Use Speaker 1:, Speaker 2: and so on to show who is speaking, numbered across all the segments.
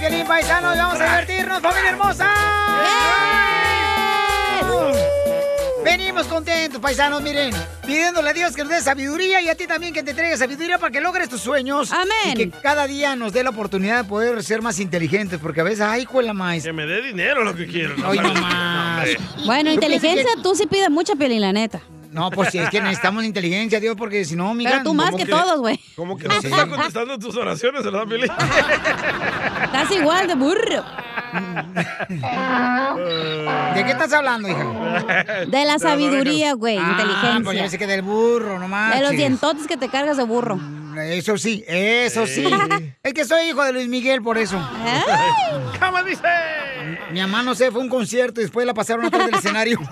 Speaker 1: Piolín, paisanos. Vamos a divertirnos, familia hermosa.
Speaker 2: ¡Eh!
Speaker 1: Venimos contentos, paisanos, miren. Pidiéndole a Dios que nos dé sabiduría y a ti también que te traiga sabiduría para que logres tus sueños.
Speaker 2: Amén.
Speaker 1: Y que cada día nos dé la oportunidad de poder ser más inteligentes, porque a veces, ay, cuela más.
Speaker 3: Que me dé dinero lo que quiero.
Speaker 1: Ay, no
Speaker 3: más.
Speaker 2: Bueno,
Speaker 1: Yo pensé
Speaker 2: inteligencia,
Speaker 1: que-
Speaker 2: tú sí pides mucha pelín, la neta.
Speaker 1: No, pues sí, es que necesitamos inteligencia, Dios, porque si no, mira.
Speaker 2: Pero tú más que todos, güey.
Speaker 3: Como que no te está contestando tus oraciones, ¿verdad, Piolín?
Speaker 2: Estás igual de burro.
Speaker 1: ¿De qué estás hablando, hija?
Speaker 2: De la sabiduría, güey,
Speaker 1: Ah, pues yo
Speaker 2: inteligencia.
Speaker 1: sé que del burro, nomás.
Speaker 2: De los dientotes que te cargas de burro.
Speaker 1: Eso sí, eso sí. Es que soy hijo de Luis Miguel, por eso.
Speaker 3: ¿Cómo dice?
Speaker 1: Mi mamá, no sé, fue a un concierto y después la pasaron atrás del escenario.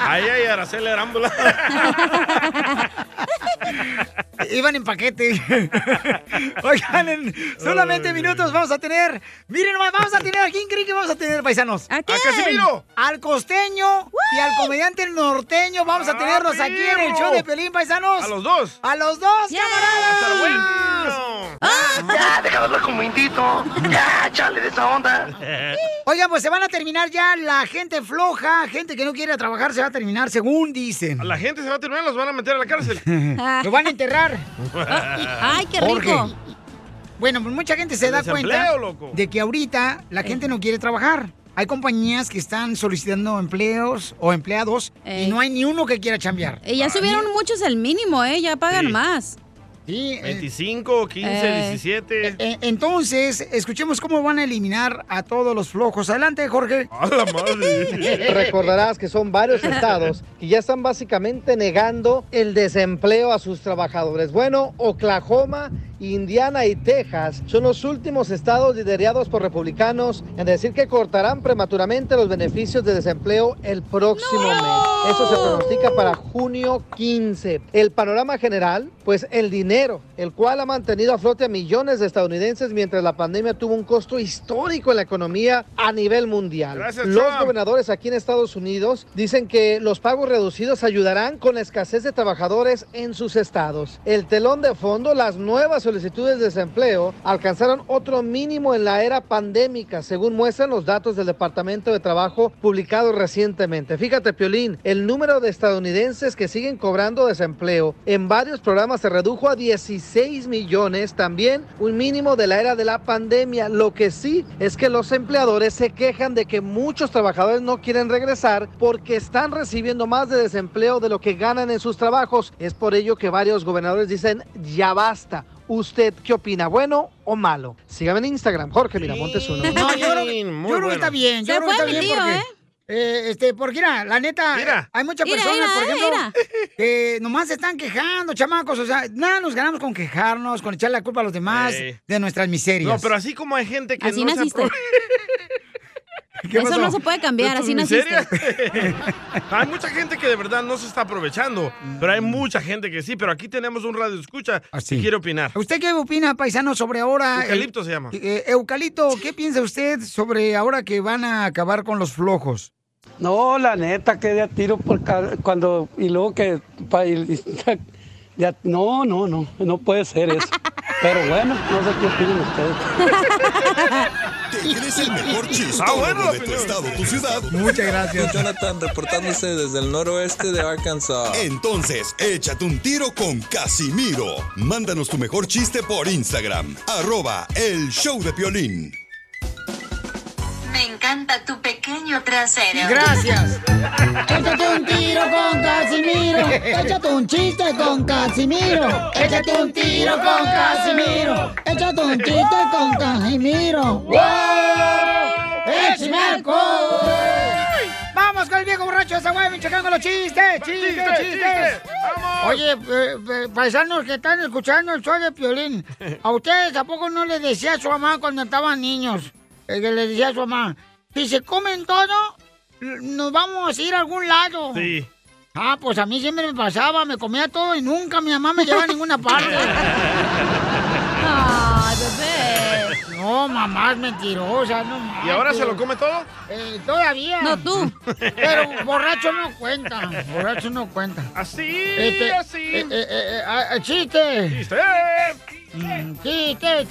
Speaker 3: Ahí hay Araceli Arámbula.
Speaker 1: Iban en paquete. Oigan, en solamente minutos vamos a tener. Miren, nomás, vamos a tener. ¿A quién creen que vamos a tener, paisanos? ¿A
Speaker 2: quién?
Speaker 1: Casimiro? Al costeño y al comediante norteño. Vamos a
Speaker 3: Ah,
Speaker 1: tenerlos aquí en el
Speaker 3: perro.
Speaker 1: show de Pelín, paisanos.
Speaker 3: A los dos.
Speaker 1: ¡A los dos, camaradas!
Speaker 4: Ya, deja de hablar como indito. Ya, chale de esa onda.
Speaker 1: Oigan, pues se van a terminar ya la gente floja, gente que no quiere trabajar, se va a terminar, según dicen.
Speaker 3: La gente se va a terminar, los van a meter a la cárcel.
Speaker 1: Lo van a enterrar.
Speaker 3: Ay,
Speaker 1: Jorge. Bueno, pues mucha gente se
Speaker 3: El
Speaker 1: da
Speaker 3: desempleo,
Speaker 1: cuenta
Speaker 3: loco. Eh.
Speaker 1: de que ahorita la gente no quiere trabajar. Hay compañías que están solicitando empleos o empleados y no hay ni uno que quiera chambear.
Speaker 2: Y Eh. ya subieron muchos el mínimo, ¿eh? Ya pagan
Speaker 1: Sí.
Speaker 2: más.
Speaker 1: Sí, eh,
Speaker 3: 25, 15,
Speaker 1: Eh.
Speaker 3: 17.
Speaker 1: eh, entonces, escuchemos cómo van a eliminar a todos los flojos. Adelante, Jorge.
Speaker 3: A la madre.
Speaker 5: Recordarás que son varios estados que ya están básicamente negando el desempleo a sus trabajadores. Bueno, Oklahoma, Indiana y Texas son los últimos estados liderados por republicanos en decir que cortarán prematuramente los beneficios de desempleo el próximo mes. Eso se pronostica para junio 15. El panorama general, pues el dinero, el cual ha mantenido a flote a millones de estadounidenses mientras la pandemia tuvo un costo histórico en la economía a nivel mundial.
Speaker 3: Gracias,
Speaker 5: los
Speaker 3: Trump.
Speaker 5: goberna- gobernadores aquí en Estados Unidos dicen que los pagos reducidos ayudarán con la escasez de trabajadores en sus estados. El telón de fondo, las nuevas solicitudes de desempleo alcanzaron otro mínimo en la era pandémica, según muestran los datos del Departamento de Trabajo publicados recientemente. Fíjate, Piolín, el número de estadounidenses que siguen cobrando desempleo en varios programas Este se redujo a 16 millones, también un mínimo de la era de la pandemia. Lo que sí es que los empleadores se quejan de que muchos trabajadores no quieren regresar porque están recibiendo más de desempleo de lo que ganan en sus trabajos. Es por ello que varios gobernadores dicen, ya basta. ¿Usted qué opina? ¿Bueno o malo? Sígame en Instagram, Jorge Miramontes uno.
Speaker 1: No, yo creo, que- yo creo que está bien. Yo
Speaker 2: Se
Speaker 1: creo
Speaker 2: fue
Speaker 1: que está
Speaker 2: mi
Speaker 1: bien
Speaker 2: tío,
Speaker 1: porque,
Speaker 2: ¿eh?
Speaker 1: eh, este, porque mira, la neta,
Speaker 3: Mira.
Speaker 1: hay muchas
Speaker 2: Mira,
Speaker 1: personas,
Speaker 2: mira, eh,
Speaker 1: por ejemplo,
Speaker 2: mira.
Speaker 1: que nomás se están quejando, chamacos. O sea, nada nos ganamos con quejarnos, con echar la culpa a los demás
Speaker 3: Ey.
Speaker 1: de nuestras miserias.
Speaker 3: No, pero así como hay gente que
Speaker 2: Así
Speaker 3: no
Speaker 2: naciste.
Speaker 1: ¿Qué
Speaker 2: Eso
Speaker 1: pasó?
Speaker 2: no se puede cambiar,
Speaker 3: ¿De tus
Speaker 2: así naciste.
Speaker 3: miserias? hay mucha gente que de verdad no se está aprovechando, pero hay mucha gente que sí. Pero aquí tenemos un radio escucha que quiere opinar.
Speaker 1: ¿Usted qué opina, paisano, sobre ahora?
Speaker 3: Eucalipto se llama.
Speaker 1: Eh, Eucalipto, ¿qué piensa usted sobre ahora que van a acabar con los flojos?
Speaker 6: No, la neta, que de a tiro por ca- cuando. Y luego que. pa- y- de a- no, no, no, no puede ser eso. Pero bueno, no sé qué opinan ustedes.
Speaker 7: ¿Te crees el mejor chistólogo de tu estado, tu ciudad?
Speaker 1: Muchas gracias.
Speaker 8: Jonathan reportándose desde el noroeste de Arkansas.
Speaker 7: Entonces, échate un tiro con Casimiro. Mándanos tu mejor chiste por Instagram, arroba el show de Piolín.
Speaker 9: Me encanta tu pequeño trasero.
Speaker 1: Gracias. Échate un tiro con Casimiro. Échate un chiste con Casimiro. Échate un tiro con Casimiro. Échate un chiste con Casimiro. ¡Wow! ¡Échame alcohol! Vamos con el viejo borracho de Zaguay, Michoacán, con los chistes, chistes,
Speaker 3: chistes,
Speaker 1: chistes.
Speaker 3: chistes. ¡Vamos!
Speaker 1: Oye, eh, eh, paisanos que están escuchando el show de Piolín, ¿a ustedes a poco no les decía a su mamá cuando estaban niños? Eh, que les decía a su mamá, si se comen todo, l- nos vamos a ir a algún lado.
Speaker 3: Sí.
Speaker 1: Ah, pues a mí siempre me pasaba, me comía todo y nunca mi mamá me llevaba a ninguna parte.
Speaker 2: Ay, bebé.
Speaker 1: No, mamás mentirosas, no mames.
Speaker 3: ¿Y ahora se lo come todo?
Speaker 1: Eh, todavía.
Speaker 2: No, tú.
Speaker 1: Pero borracho no cuenta. Borracho no cuenta.
Speaker 3: Así,
Speaker 1: Este,
Speaker 3: así.
Speaker 1: eh, eh, eh, eh, eh, chiste.
Speaker 3: Chiste,
Speaker 1: Mm, Chiste,
Speaker 3: chiste,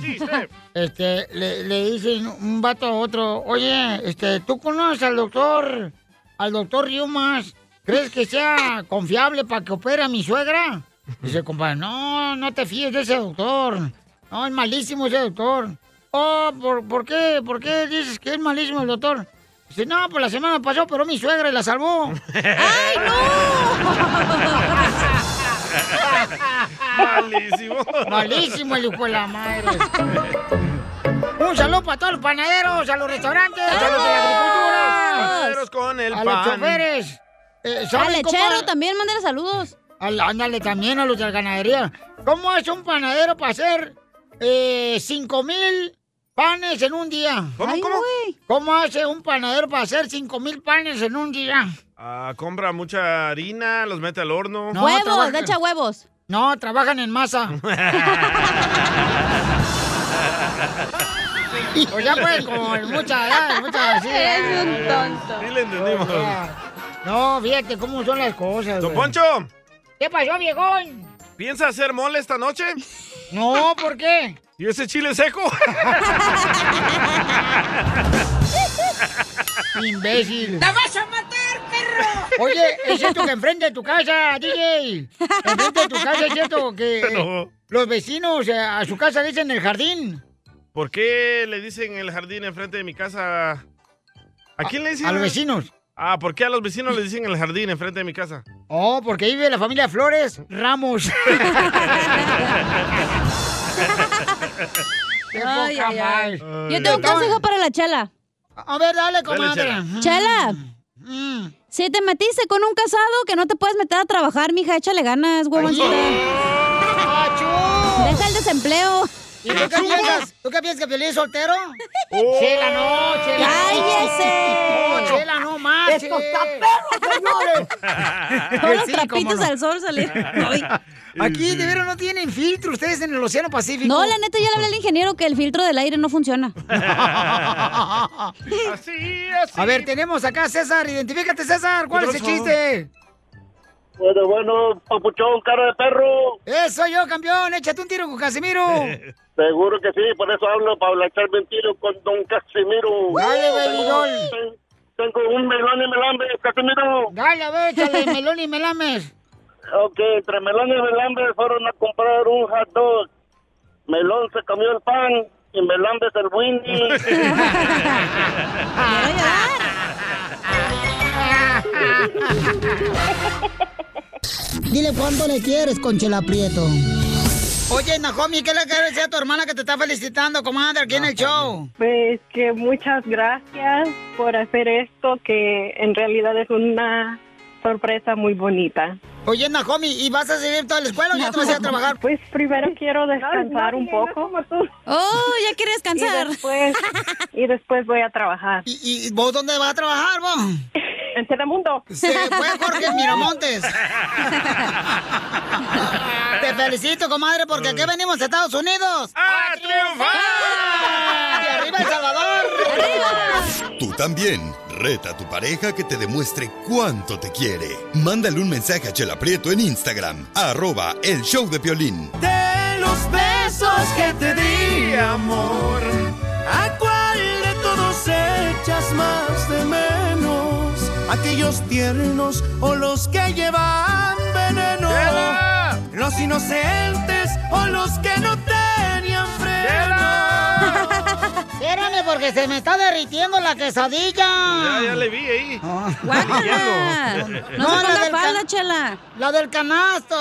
Speaker 1: chiste.
Speaker 3: chiste.
Speaker 1: Este, le, le dicen un vato a otro, oye, este, ¿tú conoces al doctor, al doctor Riumas? ¿Crees que sea confiable para que opere a mi suegra? Dice, el compadre, no, no te fíes de ese doctor. No, es malísimo ese doctor. Oh, ¿por, por qué? ¿Por qué dices que es malísimo el doctor? Dice, no, pues la semana pasó, operó mi suegra y la salvó.
Speaker 2: ¡Ay, no!
Speaker 3: Malísimo.
Speaker 1: Malísimo el hijo de la madre. Un saludo para todos los panaderos, a los restaurantes, a los de la agricultura,
Speaker 3: Panaderos con el
Speaker 1: a los
Speaker 3: pan.
Speaker 1: choferes. Eh,
Speaker 2: Al
Speaker 1: ¿saben cómo-
Speaker 2: lechero también, mándale saludos.
Speaker 1: Al- ándale también a los de la ganadería. ¿Cómo hace un panadero para hacer eh, 5 mil panes en un día?
Speaker 3: ¿Cómo,
Speaker 2: Ay,
Speaker 3: cómo?
Speaker 2: güey.
Speaker 1: ¿Cómo hace un panadero para hacer 5 mil panes en un día?
Speaker 3: Ah, compra mucha harina, los mete al horno.
Speaker 1: No,
Speaker 2: huevos,
Speaker 1: trabaja.
Speaker 2: le echa huevos.
Speaker 1: No, trabajan en masa. o ya pues, con mucha edad, mucha sí.
Speaker 3: Sí le entendimos.
Speaker 1: No, fíjate cómo son las cosas.
Speaker 3: Don
Speaker 1: güey.
Speaker 3: Poncho,
Speaker 1: ¿Qué pasó, viejón?
Speaker 3: ¿piensa hacer mole esta noche?
Speaker 1: No, ¿por qué?
Speaker 3: ¿Y ese chile seco?
Speaker 1: Imbécil. ¡La vas a matar, perro! Oye, es cierto que enfrente de tu casa, DJ. Enfrente de tu casa es cierto que eh,
Speaker 3: No.
Speaker 1: los vecinos eh, a su casa dicen el jardín.
Speaker 3: ¿Por qué le dicen el jardín enfrente de mi casa? ¿A quién le dicen?
Speaker 1: A los vecinos.
Speaker 3: Ah, ¿por qué a los vecinos le dicen el jardín enfrente de mi casa?
Speaker 1: Oh, porque ahí vive la familia Flores Ramos. Qué poca
Speaker 2: Ay, ay, ay.
Speaker 1: madre.
Speaker 2: Yo tengo un consejo para la chala.
Speaker 1: A ver, dale, comadre.
Speaker 3: Chela.
Speaker 1: Mm,
Speaker 2: Chela,
Speaker 1: mm.
Speaker 2: si te metiste con un casado que no te puedes meter a trabajar, mija, échale ganas, huevoncita.
Speaker 1: ¡Achú!
Speaker 2: Deja el desempleo.
Speaker 1: ¿Y tú qué piensas? ¿Tú qué piensas que Piolín es soltero?
Speaker 3: ¡Oh!
Speaker 1: Chela, no, Chela.
Speaker 2: ¡Cállese!
Speaker 1: No, Chela, no manches. ¡Esto está perro, señores!
Speaker 2: Todos los trapitos al sol salieron. Ay.
Speaker 1: Aquí de veras no tienen filtro ustedes en el Océano Pacífico.
Speaker 2: No, la neta, ya le hablé al ingeniero que el filtro del aire no funciona.
Speaker 3: Así, así.
Speaker 1: A ver, tenemos acá a César. Identifícate, César. ¿Cuál es el
Speaker 3: Por favor.
Speaker 1: chiste?
Speaker 10: Bueno, bueno, papuchón, cara de perro.
Speaker 1: ¡Eh, soy yo, campeón! ¡Échate un tiro con Casimiro!
Speaker 10: Seguro que sí, por eso hablo, para echar mentiras con don Casimiro.
Speaker 1: Dale, Belidol.
Speaker 10: Ten- Tengo un melón y melambres, Casimiro.
Speaker 1: Dale, a ver, échale melón y melames.
Speaker 10: Ok, entre melón y melambres fueron a comprar un hot dog. Melón se comió el pan y melambres el windy.
Speaker 2: Quiero llorar.
Speaker 1: Dile cuánto le quieres, Conchela Prieto. Oye, Nahomi, ¿qué le quieres decir a tu hermana que te está felicitando, comadre, aquí en el show?
Speaker 11: Pues que muchas gracias por hacer esto, que en realidad es una sorpresa muy bonita.
Speaker 1: Oye, Nahomi, ¿y vas a seguir toda la escuela o ya te vas a ir a trabajar?
Speaker 11: Pues primero quiero descansar un poco
Speaker 2: Oh, ya quiere
Speaker 11: y
Speaker 2: descansar.
Speaker 11: después, y después voy a trabajar.
Speaker 1: ¿Y, y vos dónde vas a trabajar, vos?
Speaker 11: En Telemundo.
Speaker 1: Se fue Jorge Miramontes. Te felicito, comadre, porque aquí venimos a Estados Unidos.
Speaker 3: ¡A
Speaker 1: ¡Y
Speaker 3: triunfar!
Speaker 1: arriba El Salvador!
Speaker 7: Tú también. Reta a tu pareja que te demuestre cuánto te quiere. Mándale un mensaje a Chela Prieto en Instagram. Arroba el show de Piolín.
Speaker 3: De los besos que te di, amor.
Speaker 12: ¿A cuál de todos echas más de menos? ¿Aquellos tiernos o los que llevan veneno?
Speaker 3: ¡Chela!
Speaker 12: ¿Los inocentes o los que no tenían freno?
Speaker 1: Espérame, porque se me está derritiendo
Speaker 3: Ya,
Speaker 1: la
Speaker 3: ya
Speaker 1: quesadilla. Ah.
Speaker 3: le vi ahí.
Speaker 2: Guácala. No
Speaker 1: No,
Speaker 2: se
Speaker 1: la
Speaker 2: ponga
Speaker 1: del ca-
Speaker 2: falda, chela.
Speaker 1: La del canasto.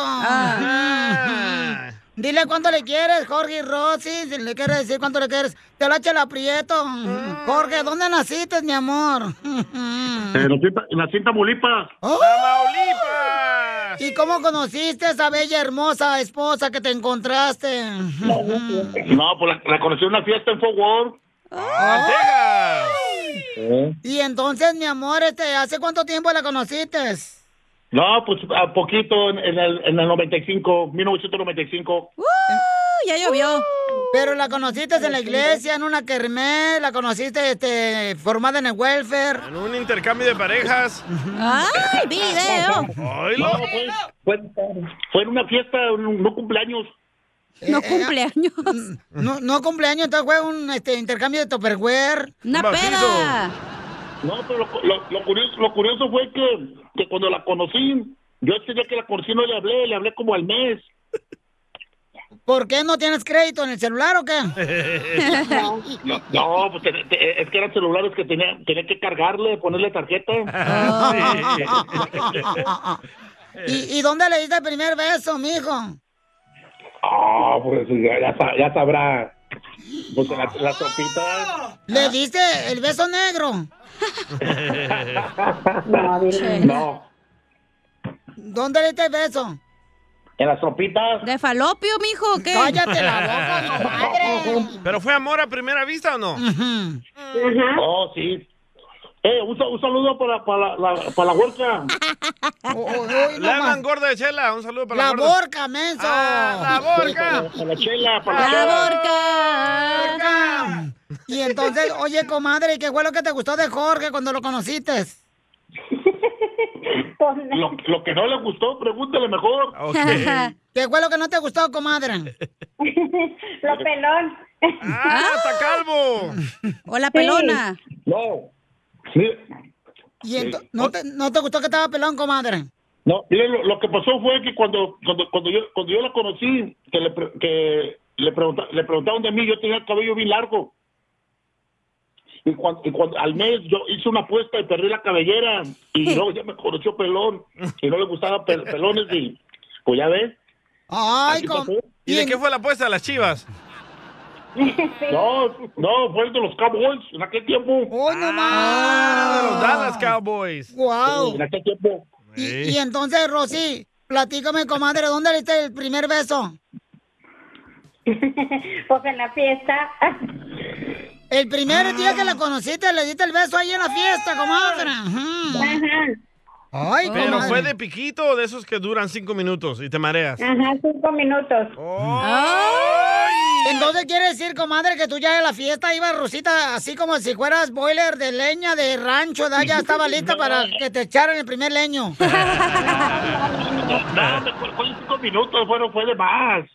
Speaker 3: Ah.
Speaker 1: Dile cuánto le quieres, Jorge y Rosy. Si le quieres decir cuánto le quieres, te la echa el aprieto. Jorge, ¿dónde naciste, mi amor?
Speaker 10: En Eh, la cinta mulipa.
Speaker 1: Oh,
Speaker 3: ¡Tamaulipas!
Speaker 1: ¿Y cómo conociste a esa bella, hermosa esposa que te encontraste?
Speaker 10: No, pues la, la conocí en una fiesta en Fort Worth. Eh.
Speaker 3: ¡Ah,
Speaker 1: Y entonces, mi amor, este, ¿hace cuánto tiempo la conociste?
Speaker 10: No, pues a poquito, en, en el, en el 95, 1995.
Speaker 2: ya llovió.
Speaker 1: Pero la conociste en la iglesia, en una kermés, la conociste este, formada en el welfare.
Speaker 3: En un intercambio de parejas.
Speaker 1: Ah,
Speaker 2: ¡Ay, video!
Speaker 3: ¡Oilo!
Speaker 10: No, fue, fue, fue en una fiesta, un- no cumpleaños.
Speaker 1: No cumpleaños. Eh, mm, No, no cumpleaños, entonces fue un este, intercambio de Tupperware.
Speaker 2: ¡Una peda!
Speaker 10: No, pero lo, lo- lo curioso, lo curioso fue que, que cuando la conocí, yo ese día que la conocí no le hablé, le hablé como al mes.
Speaker 1: ¿Por qué no tienes crédito en el celular o qué?
Speaker 10: No, no, pues te- te- es que eran celulares que tenía, tenía que cargarle, ponerle tarjeta.
Speaker 1: Ah, ¿Y, y dónde le diste el primer beso, mijo?
Speaker 10: Ah, pues ya, ya sa- ya sabrá. Pues la, la sopita.
Speaker 1: ¿Le diste el beso negro?
Speaker 10: No,
Speaker 1: ¿Dónde le diste el beso?
Speaker 10: en la sopita.
Speaker 2: ¿De falopio, mijo, o qué?
Speaker 1: Cállate la boca,
Speaker 3: ¿Pero fue amor a primera vista o no?
Speaker 10: Oh, sí. Eh, un, sa- un saludo para, para, la, la- para la huerca.
Speaker 3: La Evan gorda de Chela, un saludo para la,
Speaker 1: La
Speaker 3: gorda.
Speaker 1: borca, menso.
Speaker 3: Ah, la borca.
Speaker 10: Para la chela,
Speaker 3: para la chela.
Speaker 1: borca. Y entonces, oye, comadre, ¿qué fue lo que te gustó de Jorge cuando lo conociste?
Speaker 10: Lo, lo que no le gustó, pregúntele mejor.
Speaker 1: ¿Qué fue lo que no te gustó, comadre?
Speaker 10: Lo pelón.
Speaker 3: ¡Ah, está calvo!
Speaker 2: O la pelona.
Speaker 10: No. Sí,
Speaker 1: ¿Y ento- ¿no, te, ¿No te gustó que estaba pelón, comadre?
Speaker 10: No, mire, lo, lo que pasó fue que cuando, cuando, cuando, yo, cuando yo la conocí, que le, pre- que le, pregunta- le preguntaron de mí, yo tenía el cabello bien largo. Y cuando, y cuando- al mes yo hice una apuesta y perdí la cabellera. Y luego ya me conoció pelón. Y no le gustaba pel- pelones. Y pues ya ves.
Speaker 1: Ay,
Speaker 10: Así
Speaker 1: com-
Speaker 10: pasó.
Speaker 3: ¿Y de qué fue la apuesta de las chivas?
Speaker 10: No, no, fue el de los Cowboys en aquel tiempo.
Speaker 1: ¡Oh, no
Speaker 3: Ah, de los Dallas Cowboys.
Speaker 1: Guau.
Speaker 10: En aquel tiempo.
Speaker 1: Y entonces, Rosy, platícame, comadre, ¿dónde le diste el primer beso?
Speaker 13: Pues en la fiesta. Ah.
Speaker 1: El primer día que la conociste, le diste el beso ahí en la fiesta, comadre. Ujú. Ay,
Speaker 3: Pero
Speaker 1: comadre.
Speaker 3: fue de piquito o de esos que duran cinco minutos y te mareas.
Speaker 1: Ajá, cinco minutos. Entonces quiere decir, comadre, que tú ya en la fiesta ibas Rosita así como si fueras boiler de leña de rancho, ¿da? ya estaba lista para que te echaran el primer leño.
Speaker 10: No, me pues, fue, fue en cinco minutos, bueno, fue de más.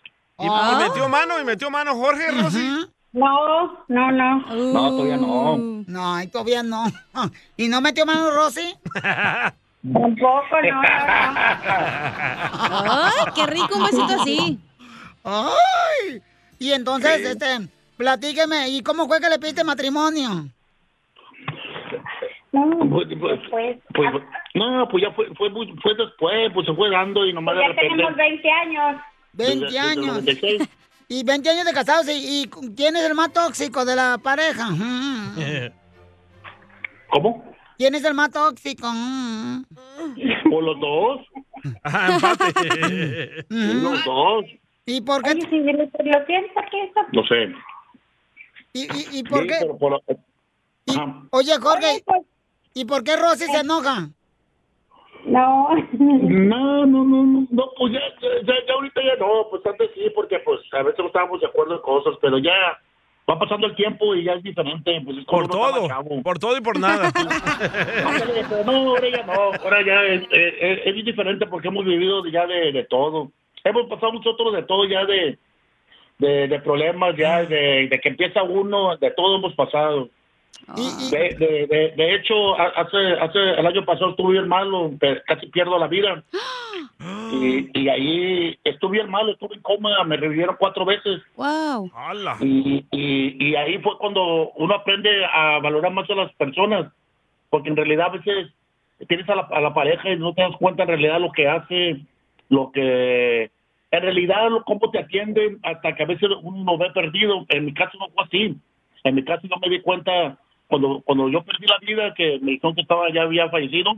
Speaker 3: ¿Y, y
Speaker 9: Ah.
Speaker 3: metió mano, y metió mano Jorge, Rosy.
Speaker 1: No, no, no.
Speaker 10: No, todavía no.
Speaker 1: No, ay, todavía no. ¿Y no metió mano Rosy?
Speaker 13: Tampoco, no.
Speaker 1: ¡Ay,
Speaker 2: qué rico un besito así!
Speaker 1: ¡Ay! Y entonces, este, platíqueme, ¿y cómo fue que le pediste matrimonio?
Speaker 10: Pues, pues, pues, no, pues ya fue, fue, muy- fue después, pues se fue dando y nomás de
Speaker 13: Ya
Speaker 10: repente.
Speaker 13: tenemos 20 años.
Speaker 1: 20
Speaker 10: Desde- desde los
Speaker 1: años.
Speaker 10: 96.
Speaker 1: Y 20 años de casados, ¿y, y quién es el más tóxico de la pareja? Mm.
Speaker 10: ¿Cómo?
Speaker 1: ¿Quién es el más tóxico? Mm.
Speaker 10: ¿O los dos?
Speaker 3: Ah,
Speaker 10: los dos,
Speaker 1: ¿Y por qué?
Speaker 13: ¿Lo piensas que eso?
Speaker 10: no sé.
Speaker 1: ¿Y, y, y por
Speaker 10: Sí,
Speaker 1: qué?
Speaker 10: pero por- eh, Ajá.
Speaker 1: Oye, Jorge,
Speaker 13: pues,
Speaker 1: ¿y por qué Rosy
Speaker 13: eh,
Speaker 1: se enoja?
Speaker 10: No. No, no, no, no, no, pues ya, ya, ya ahorita ya no, pues antes sí, porque pues a veces no estábamos de acuerdo en cosas, pero ya va pasando el tiempo y ya es diferente. Pues, es como
Speaker 3: Por
Speaker 10: uno estaba
Speaker 3: todo,
Speaker 10: chavo.
Speaker 3: por todo y por nada.
Speaker 10: Ándale, pero no, ahora ya no, ahora ya es, eh, es- es diferente porque hemos vivido ya de, de todo. Hemos pasado nosotros de todo ya de, de, de problemas, ya de, de que empieza uno, de todo hemos pasado. De, de- de- de hecho, ha- hace, hace el año pasado estuve bien malo, pe- casi pierdo la vida. Y, y ahí estuve bien malo, estuve en coma, me revivieron cuatro veces.
Speaker 2: ¡Wow!
Speaker 10: Y, y, y ahí fue cuando uno aprende a valorar más a las personas, porque en realidad a veces tienes a la, a la pareja y no te das cuenta en realidad lo que hace, lo que... En realidad, lo- cómo te atienden hasta que a veces uno lo ve perdido. En mi caso no fue así. En mi caso no me di cuenta cuando cuando yo perdí la vida, que me dijeron que estaba ya había fallecido,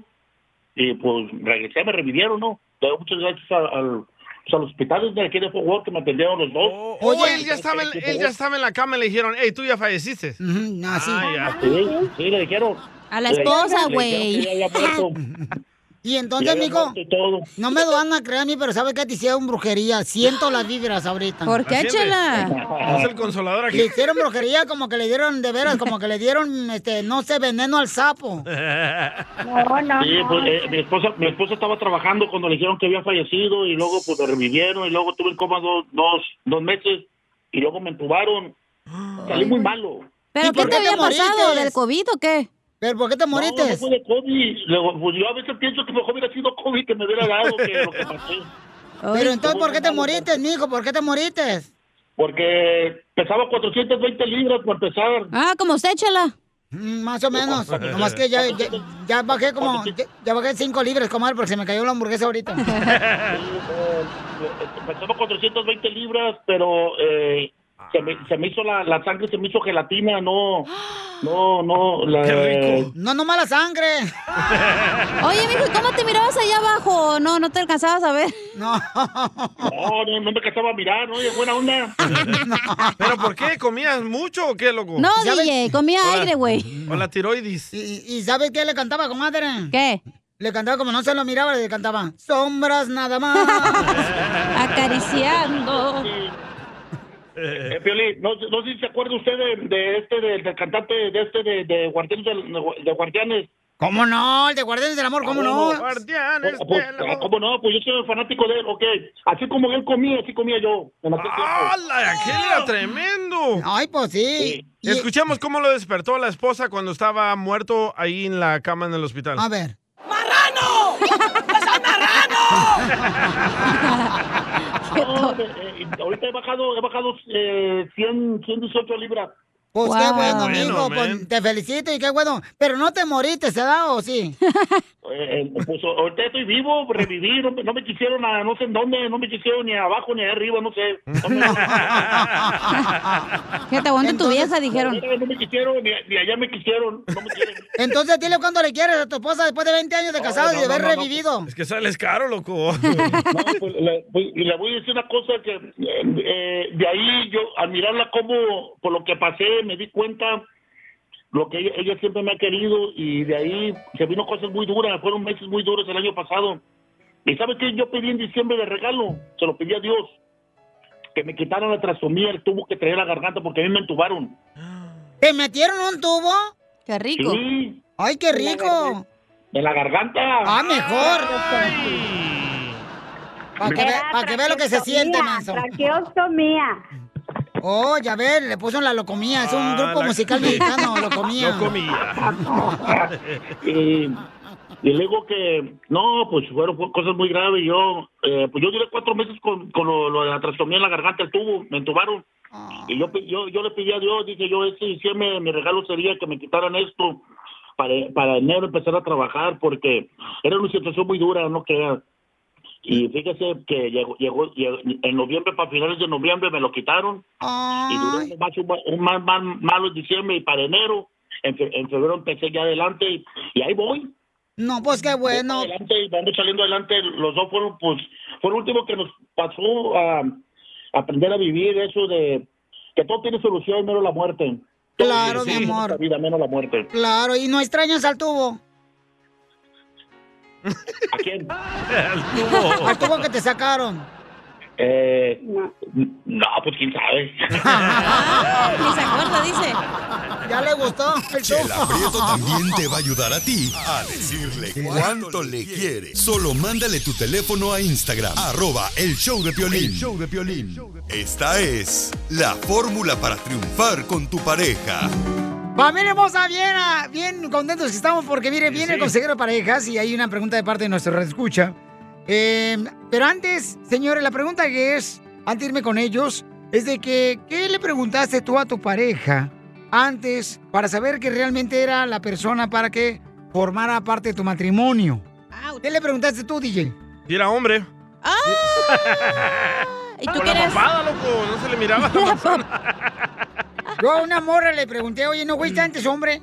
Speaker 10: y pues regresé, me revivieron, ¿no? Le doy muchas gracias a- al, pues, al hospital de aquí de Fort Worth que me atendieron los dos.
Speaker 3: Oh, Oye, él ya, estaba en, él ya estaba en la cama y le dijeron, hey, tú ya falleciste.
Speaker 1: No,
Speaker 10: Sí, sí, le dijeron.
Speaker 2: A la
Speaker 10: Le-
Speaker 2: esposa,
Speaker 10: le
Speaker 2: güey.
Speaker 10: dijeron que ella había muerto.
Speaker 1: Y entonces,
Speaker 10: Ya
Speaker 1: mijo,
Speaker 10: había todo.
Speaker 1: no me lo van a creer a mí, pero ¿sabe qué? Te hicieron brujería. Siento las vibras ahorita.
Speaker 2: ¿Por qué,
Speaker 1: Asiente.
Speaker 2: Chela?
Speaker 3: Es el consolador
Speaker 1: Le
Speaker 3: aquí.
Speaker 1: hicieron brujería como que le dieron, de veras, como que le dieron, este, no sé, veneno al sapo.
Speaker 10: No,
Speaker 1: no,
Speaker 10: Sí,
Speaker 1: no.
Speaker 10: pues, eh, mi, esposa, mi esposa estaba trabajando cuando le dijeron que había fallecido y luego pues lo revivieron y luego tuve en coma dos, dos, dos meses y luego me entubaron. Salí muy malo.
Speaker 2: ¿Pero qué te había pasado? ¿Del COVID o qué?
Speaker 1: ¿Pero por qué te
Speaker 10: moriste? No, no fue de COVID. Luego, pues, yo a veces pienso que mejor hubiera sido COVID que me hubiera dado que lo que pasé.
Speaker 1: Pero entonces, ¿por qué te moriste, mijo? ¿Por qué te moriste?
Speaker 10: Porque pesaba 420 libras por empezar.
Speaker 2: Ah, como usted, Chela.
Speaker 1: Mm, Más o menos. Nomás que ya, ya, ya bajé como, ya, ya bajé cinco libras, comadre, porque se me cayó la hamburguesa ahorita.
Speaker 10: eh, Pesaba 420 libras, pero eh, se, me, se me hizo la, la sangre, se me hizo gelatina, no, no, no. La,
Speaker 1: No, no mala sangre.
Speaker 2: Oye, mijo, ¿y ¿cómo te mirabas allá abajo? No, no te alcanzabas a ver.
Speaker 1: No.
Speaker 10: No, no, no me casaba a mirar, ¿no? Oye, buena onda.
Speaker 3: ¿Pero por qué? ¿Comías mucho o qué, loco?
Speaker 2: No, DJ, comía
Speaker 3: Hola.
Speaker 2: aire, güey.
Speaker 3: Con la tiroides.
Speaker 1: ¿Y, y sabes qué le cantaba, comadre?
Speaker 2: ¿Qué?
Speaker 1: Le cantaba como no se lo miraba, le cantaba sombras nada más.
Speaker 2: Acariciando.
Speaker 10: Eh, Piolín, no, no sé si se acuerda usted de, de este, de- del cantante de este, de, de Guardianes. del- de Guardianes.
Speaker 1: ¿Cómo no? El de Guardianes del Amor, ¿cómo no?
Speaker 3: Guardianes
Speaker 10: Pues, pues, ah, ¿Cómo no? Pues yo soy fanático de él, ok. Así como él comía, así comía yo. en aquel tiempo.
Speaker 3: ¡Hala! ¡Aquel era tremendo!
Speaker 1: ¡Ay, pues sí!
Speaker 3: Escuchemos cómo lo despertó la esposa cuando estaba muerto ahí en la cama en el hospital.
Speaker 1: A ver.
Speaker 10: No, eh, eh, ahorita he bajado, he bajado eh, 100, 118 libras.
Speaker 1: Pues qué bueno,
Speaker 10: Bueno,
Speaker 1: amigo. pues,
Speaker 10: man.
Speaker 1: te felicito y qué bueno. Pero no te moriste, ¿se da o sí?
Speaker 10: Eh, eh, pues ahorita estoy vivo, reviví, no, me- no me quisieron a no sé en dónde, no me quisieron ni abajo ni arriba, no sé. No me,
Speaker 2: Que te aguante tu vieja, dijeron.
Speaker 10: no me quisieron, ni, ni allá me quisieron. No me
Speaker 1: Entonces dile cuándo le quieres a tu esposa después de 20 años de casado y de haber revivido.
Speaker 3: Es que sales caro, loco.
Speaker 10: No, pues, le, voy- y le voy a decir una cosa que eh, eh, de ahí yo al mirarla como por lo que pasé me di cuenta lo que ella, ella siempre me ha querido y de ahí se vino cosas muy duras, fueron meses muy duros el año pasado. ¿Y sabes qué yo pedí en diciembre de regalo? Se lo pedí a Dios. Que me quitaran la trasomía, el tubo que traía la garganta porque a mí me entubaron.
Speaker 1: ¿Te metieron un tubo?
Speaker 2: ¡Qué
Speaker 10: rico. Sí.
Speaker 1: ¡Ay, qué rico!
Speaker 10: De la garganta.
Speaker 1: ¡Ah, mejor!
Speaker 12: Ah,
Speaker 1: Para que, ve- pa' que vea lo que se siente, manso.
Speaker 13: Traqueostomía.
Speaker 1: Oh, ya ver, le puso la locomía. Es un
Speaker 10: Ah,
Speaker 1: grupo
Speaker 10: la-
Speaker 1: musical mexicano, locomía.
Speaker 10: y, y luego que, no, pues fueron fu- cosas muy graves. Yo, eh, pues yo duré cuatro meses con, con lo, lo de la trastomía en la garganta, el tubo, me entubaron.
Speaker 1: Ah.
Speaker 10: Y yo, pi- yo, yo le pedí a Dios, dije yo, este diciembre mi regalo sería que me quitaran esto para, para enero empezar a trabajar, porque era una situación muy dura, no creas. Y fíjese que llegó, llegó, llegó- en noviembre, para finales de noviembre me lo quitaron. Y duró más un, ma- un mal, mal- malo diciembre y para enero. En, fe- en febrero empecé ya adelante y, y ahí voy.
Speaker 1: No, pues qué bueno.
Speaker 10: Adelante, y vamos saliendo adelante. Los dos fueron, pues, fue lo último que nos pasó a aprender a vivir eso de que todo tiene solución menos la muerte. Todo
Speaker 1: Claro,
Speaker 10: tiene
Speaker 1: mi
Speaker 10: solución,
Speaker 1: amor.
Speaker 10: La vida menos la muerte.
Speaker 1: Claro, y no extrañas al tubo.
Speaker 10: ¿A quién?
Speaker 1: Al tubo que te sacaron.
Speaker 10: Eh, no, pues quién sabe.
Speaker 1: Ni se acuerda, dice. Ya le gustó el
Speaker 7: Chela Prieto
Speaker 1: tubo.
Speaker 7: también te va a ayudar a ti a decirle cuánto le quiere. Solo mándale tu teléfono a Instagram, arroba el show de Piolín.
Speaker 14: El
Speaker 7: Esta es la fórmula para triunfar con tu pareja.
Speaker 1: Familia hermosa, bien, ah, bien contentos que estamos porque mire, viene
Speaker 7: sí.
Speaker 1: el consejero de parejas y hay una pregunta de parte de nuestro red escucha. pero antes, señores, la pregunta que es, antes de irme con ellos, es de que, ¿qué le preguntaste tú a tu pareja antes para saber que realmente era la persona para que formara parte de tu matrimonio? ¿Qué le preguntaste tú, DJ?
Speaker 3: Y era hombre.
Speaker 1: ¿Y
Speaker 3: Con la papada, loco. No se le miraba. la manzana.
Speaker 1: Yo a una morra le pregunté, oye, ¿no fuiste antes, hombre?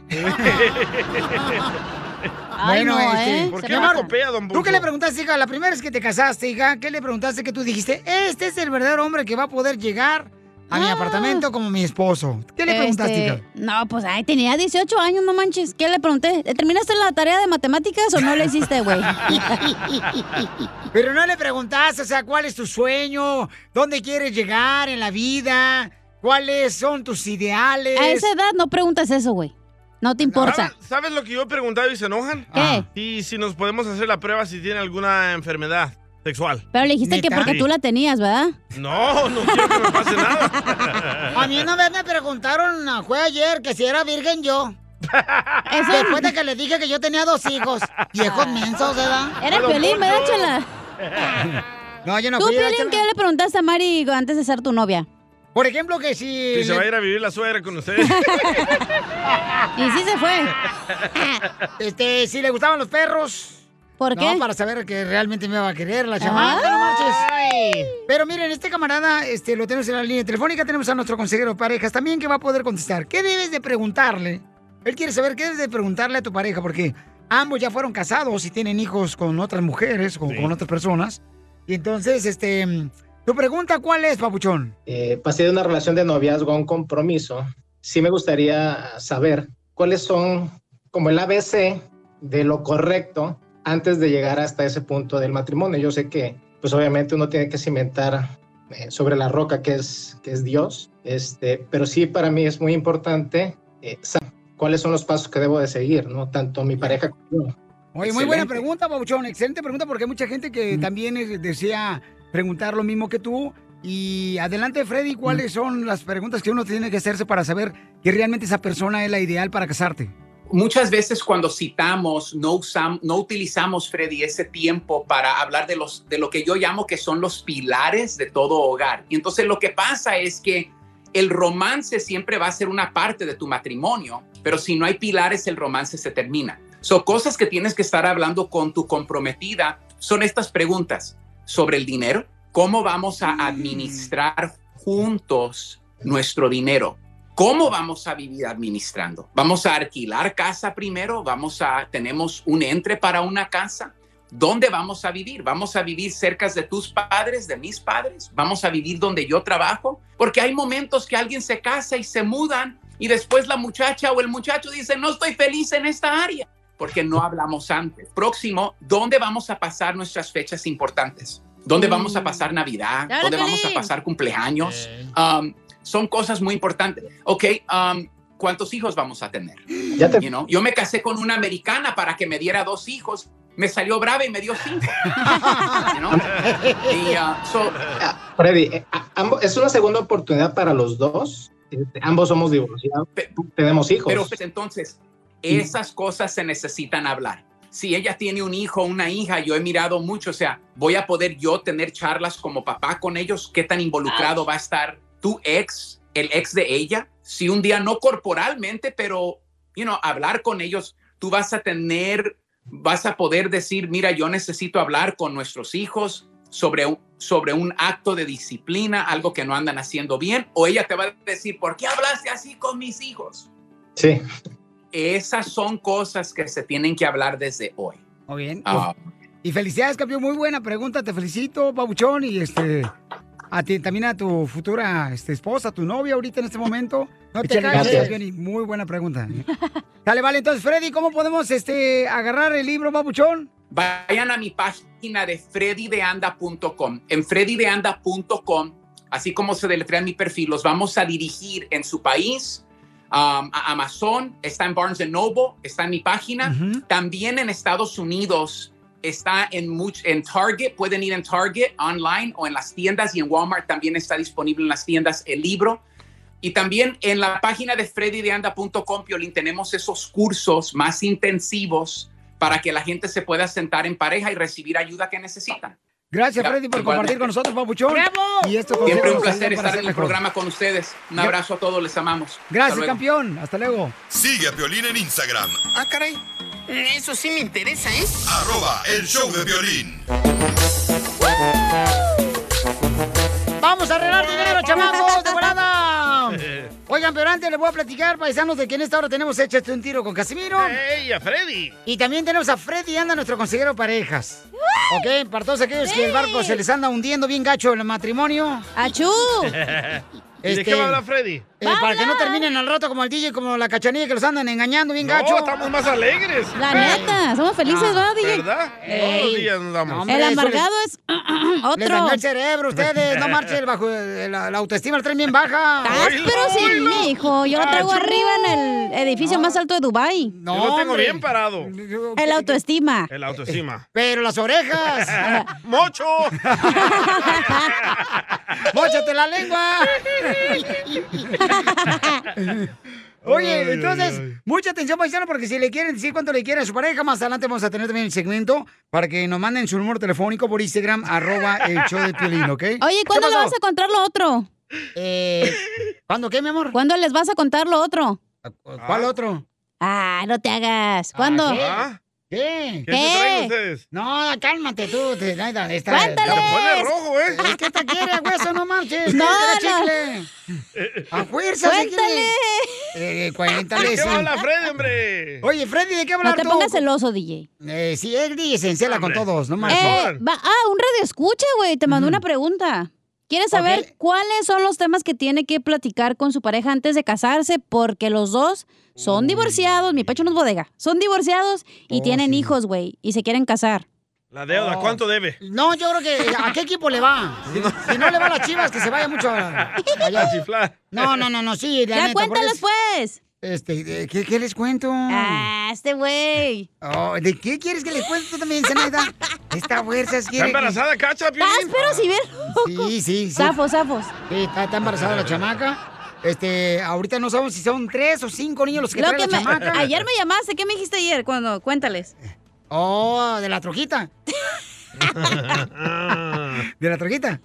Speaker 3: Ay, no, ¿eh?
Speaker 1: ¿Por
Speaker 3: Se
Speaker 1: qué
Speaker 3: pasa.
Speaker 1: Marco? este, ¿Tú qué le preguntaste, hija? La primera vez que te casaste, hija, ¿qué le preguntaste que tú dijiste? Este es el verdadero hombre que va a poder llegar a
Speaker 3: Ah.
Speaker 1: mi apartamento como mi esposo. ¿Qué le preguntaste,
Speaker 2: Este,
Speaker 1: hija?
Speaker 2: No, pues ay, tenía 18 años, no manches. ¿Qué le pregunté? ¿Terminaste la tarea de matemáticas o no la hiciste, güey?
Speaker 1: Pero no le preguntaste, o sea, ¿cuál es tu sueño? ¿Dónde quieres llegar en la vida? ¿Cuáles son tus ideales?
Speaker 2: A esa edad no preguntas eso, güey. No te importa.
Speaker 3: ¿Sabes, sabes lo que yo he preguntado y se enojan?
Speaker 1: Ah.
Speaker 2: ¿Qué?
Speaker 3: Y si nos podemos hacer la prueba si tiene alguna enfermedad sexual.
Speaker 2: Pero le dijiste que porque
Speaker 3: Sí.
Speaker 2: tú la tenías, ¿verdad?
Speaker 3: No, no quiero que me pase nada.
Speaker 1: A mí una vez me preguntaron, ah, fue ayer, que si era virgen yo. Después de que le dije que yo tenía dos hijos. Viejos mensos, ¿verdad?
Speaker 2: Ah.
Speaker 1: pues
Speaker 2: Era Don Piolín, ¿verdad, Poncho? Chela?
Speaker 1: No, yo no
Speaker 2: ¿Tú,
Speaker 1: fui. ¿verdad,
Speaker 2: Piolín,
Speaker 1: Chela?
Speaker 2: qué le preguntaste a Mari antes de ser tu novia?
Speaker 1: Por ejemplo, que si...
Speaker 3: Que se va a ir a vivir la suegra con ustedes.
Speaker 2: Y sí se fue.
Speaker 1: Este, si le gustaban los perros.
Speaker 2: ¿Por
Speaker 1: No,
Speaker 2: qué?
Speaker 1: para saber que realmente me va a querer la chamaca, no marches. Pero miren, este camarada, este, lo tenemos en la línea telefónica, tenemos a nuestro consejero de parejas también que va a poder contestar. ¿Qué debes de preguntarle? Él quiere saber qué debes de preguntarle a tu pareja, porque ambos ya fueron casados y tienen hijos con otras mujeres o con, con otras personas. Y entonces, este, tu pregunta, ¿cuál es, papuchón?
Speaker 14: eh, pasé de una relación de noviazgo a un compromiso, sí me gustaría saber cuáles son como el ABC de lo correcto antes de llegar hasta ese punto del matrimonio. Yo sé que, pues obviamente uno tiene que cimentar eh, sobre la roca que es, que es Dios, este, pero sí para mí es muy importante eh, saber cuáles son los pasos que debo de seguir, ¿no? Tanto mi pareja como yo.
Speaker 1: Oye, muy buena
Speaker 14: Excelente.
Speaker 1: pregunta, Pabuchón. Excelente pregunta porque hay mucha gente que también eh, desea preguntar lo mismo que tú. Y adelante, Freddy, ¿cuáles son las preguntas que uno tiene que hacerse para saber que realmente esa persona es la ideal para casarte?
Speaker 15: Muchas veces cuando citamos, no, usam- no utilizamos, Freddy, ese tiempo para hablar de, los, de lo que yo llamo que son los pilares de todo hogar. Y entonces lo que pasa es que el romance siempre va a ser una parte de tu matrimonio, pero si no hay pilares, el romance se termina. Son cosas que tienes que estar hablando con tu comprometida. Son estas preguntas sobre el dinero. ¿Cómo vamos a administrar juntos nuestro dinero? ¿Cómo vamos a vivir administrando? ¿Vamos a alquilar casa primero? ¿Vamos a tenemos un entre para una casa? ¿Dónde vamos a vivir? ¿Vamos a vivir cerca de tus padres, de mis padres? ¿Vamos a vivir donde yo trabajo? Porque hay momentos que alguien se casa y se mudan y después la muchacha o el muchacho dice, no estoy feliz en esta área, porque no hablamos antes. Próximo, ¿dónde vamos a pasar nuestras fechas importantes? ¿Dónde vamos a pasar Navidad?
Speaker 12: Dale,
Speaker 15: ¿Dónde vamos a
Speaker 12: Piolín.
Speaker 15: pasar cumpleaños? Um, son cosas muy importantes. Ok, um, ¿cuántos hijos vamos a tener?
Speaker 14: Ya te-
Speaker 15: You know, Yo me casé con una americana para que me diera dos hijos. Me salió brava y me dio cinco. You know? Y, ah, so,
Speaker 14: Freddy, eh, a- ambos- es una segunda oportunidad para los dos. Este, ambos somos divorciados, tenemos hijos.
Speaker 15: Pero pues, entonces, esas cosas se necesitan hablar. Si ella tiene un hijo o una hija, yo he mirado mucho, o sea, voy a poder yo tener charlas como papá con ellos, qué tan involucrado va a estar tu ex, el ex de ella, si un día no corporalmente, pero, you know, hablar con ellos, tú vas a tener, vas a poder decir, mira, yo necesito hablar con nuestros hijos sobre un, sobre un acto de disciplina, algo que no andan haciendo bien, o ella te va a decir, ¿por qué hablaste así con mis hijos?
Speaker 14: Sí.
Speaker 15: Esas son cosas que se tienen que hablar desde hoy.
Speaker 1: Muy bien.
Speaker 15: Ah.
Speaker 1: Y felicidades, campeón. Muy buena pregunta. Te felicito, Pabuchón. Y este, a ti, también a tu futura este, esposa, tu novia ahorita en este momento. No te
Speaker 14: Échale
Speaker 1: calles,
Speaker 14: ganas.
Speaker 1: campeón,
Speaker 2: ¿eh?
Speaker 1: y Muy buena pregunta. Dale, vale. Entonces, Freddy, ¿cómo podemos este, agarrar el libro, Pabuchón?
Speaker 15: Vayan a mi página de freddydeanda.com. En freddydeanda.com, así como se deletrea mi perfil, los vamos a dirigir en su país, um, a Amazon, está en Barnes Noble, está en mi página. También en Estados Unidos está en, much- en Target, pueden ir en Target online o en las tiendas y en Walmart también está disponible en las tiendas el libro. Y también en la página de freddydeanda.com, Piolín, tenemos esos cursos más intensivos para que la gente se pueda sentar en pareja y recibir ayuda que necesitan.
Speaker 1: Gracias,
Speaker 15: Ya,
Speaker 1: Freddy, por compartir
Speaker 15: igualmente.
Speaker 1: con nosotros, Pabuchón. ¡Bravo! Y estos
Speaker 15: Siempre un
Speaker 1: consejos
Speaker 15: placer
Speaker 1: ayudan para
Speaker 15: estar
Speaker 1: ser
Speaker 15: en el
Speaker 1: mejor.
Speaker 15: programa con ustedes. Un
Speaker 1: Ya.
Speaker 15: abrazo a todos, les amamos. Hasta
Speaker 1: Gracias,
Speaker 15: luego.
Speaker 1: campeón. Hasta luego.
Speaker 7: Sigue a Piolín en Instagram,
Speaker 12: Ah, caray. Eso sí me interesa, ¿eh?
Speaker 7: arroba el show de Piolín.
Speaker 1: ¡Vamos a arreglar dinero, chamacos! ¡De volada!
Speaker 3: Eh.
Speaker 1: Oigan, pero antes les voy a platicar, paisanos, de que en esta hora tenemos Échate un tiro con Casimiro.
Speaker 3: ¡Ey, a Freddy!
Speaker 1: Y también tenemos a Freddy Anda, nuestro consejero de parejas. Ok, para todos aquellos que el barco se les anda hundiendo bien gacho en el matrimonio.
Speaker 2: ¡Achú!
Speaker 3: ¿Y de qué va a hablar Freddy?
Speaker 1: Este, Eh, para que no terminen al rato como el DJ, como la cachanilla que los andan engañando bien
Speaker 3: No,
Speaker 1: gacho.
Speaker 3: estamos más alegres.
Speaker 2: La neta, somos felices, ¿verdad, DJ?
Speaker 3: ¿Verdad? Todos
Speaker 1: Ey.
Speaker 3: los días nos damos.
Speaker 2: El amargado es otro.
Speaker 1: Les dañó el cerebro ustedes, no marchen, bajo, eh, la, la autoestima la traen bien baja.
Speaker 2: Pero sí, mi hijo, yo lo traigo arriba en el edificio más alto de Dubai.
Speaker 1: No, Yo lo tengo hombre. bien
Speaker 3: parado.
Speaker 2: El autoestima.
Speaker 3: El autoestima.
Speaker 1: Pero las orejas.
Speaker 3: ¡Mocho!
Speaker 1: ¡Móchate la lengua!
Speaker 3: Ay,
Speaker 1: Oye,
Speaker 3: ay,
Speaker 1: entonces, mucha atención, paisano, porque si le quieren decir cuánto le quieren a su pareja, más adelante vamos a tener también el segmento para que nos manden su número telefónico por Instagram, arroba el show de Piolín, ¿ok?
Speaker 2: Oye, ¿cuándo
Speaker 1: ¿Qué
Speaker 2: le
Speaker 1: pasó?
Speaker 2: vas a contar lo otro?
Speaker 1: Eh, ¿Cuándo qué, mi amor? Pues,
Speaker 2: ¿Cuándo les vas a contar lo otro?
Speaker 1: ¿Cuál
Speaker 3: Ah.
Speaker 1: otro?
Speaker 2: Ah, no te hagas. ¿Cuándo?
Speaker 1: Ah, ¿Qué?
Speaker 2: ¿Qué se traen ¿Qué?
Speaker 3: ustedes?
Speaker 1: No, cálmate tú, te, Naida, está,
Speaker 2: ¡Cuántales!
Speaker 1: te
Speaker 2: pone rojo,
Speaker 1: ¿eh? Es que te quiere, hueso, no marches.
Speaker 2: No,
Speaker 1: Era
Speaker 2: no.
Speaker 1: chicle. A fuerza, se quiere. Eh, cuéntale.
Speaker 3: ¿De qué
Speaker 1: sí.
Speaker 3: va a hablar Freddy, hombre?
Speaker 1: Oye, Freddy, ¿de qué
Speaker 2: No
Speaker 1: hablar
Speaker 2: te
Speaker 1: tú?
Speaker 2: pongas celoso, DJ.
Speaker 1: Eh, sí, él dice, se encela con todos, no marches.
Speaker 2: Eh, va- ah, un radio escucha, güey. Te mandó una pregunta. Quiere saber cuáles son los temas que tiene que platicar con su pareja antes de casarse, porque los dos son divorciados. Mi pecho no es bodega. Son divorciados
Speaker 1: Oh,
Speaker 2: y tienen hijos, güey, y se quieren casar.
Speaker 3: La deuda, ¿cuánto debe?
Speaker 1: No, yo creo que ¿a qué equipo le va? Oh. Si, si no le va a las chivas, que se vaya mucho a- allá.
Speaker 3: A chiflar.
Speaker 1: No, no, no, no, sí, la
Speaker 2: Ya
Speaker 1: neta,
Speaker 2: cuéntalos,
Speaker 1: porque
Speaker 2: pues.
Speaker 1: Este, eh, ¿qué, qué les cuento?
Speaker 2: Ah, este güey.
Speaker 1: Oh, ¿De qué quieres que le cuente tú también, Zenaida? Esta fuerza es que...
Speaker 3: ¿Está embarazada, Cacha, Piolín?
Speaker 1: Ah,
Speaker 2: Pero si bien.
Speaker 1: Sí, sí, sí.
Speaker 2: Zafos, zafos.
Speaker 1: Sí, está, está embarazada la chamaca. Este, ahorita no sabemos si son tres o cinco niños los que
Speaker 2: Lo
Speaker 1: trae
Speaker 2: que
Speaker 1: la
Speaker 2: me-
Speaker 1: chamaca.
Speaker 2: ayer me llamaste, ¿qué me dijiste ayer? Cuando, cuéntales.
Speaker 1: Oh, de la trojita. de la trojita.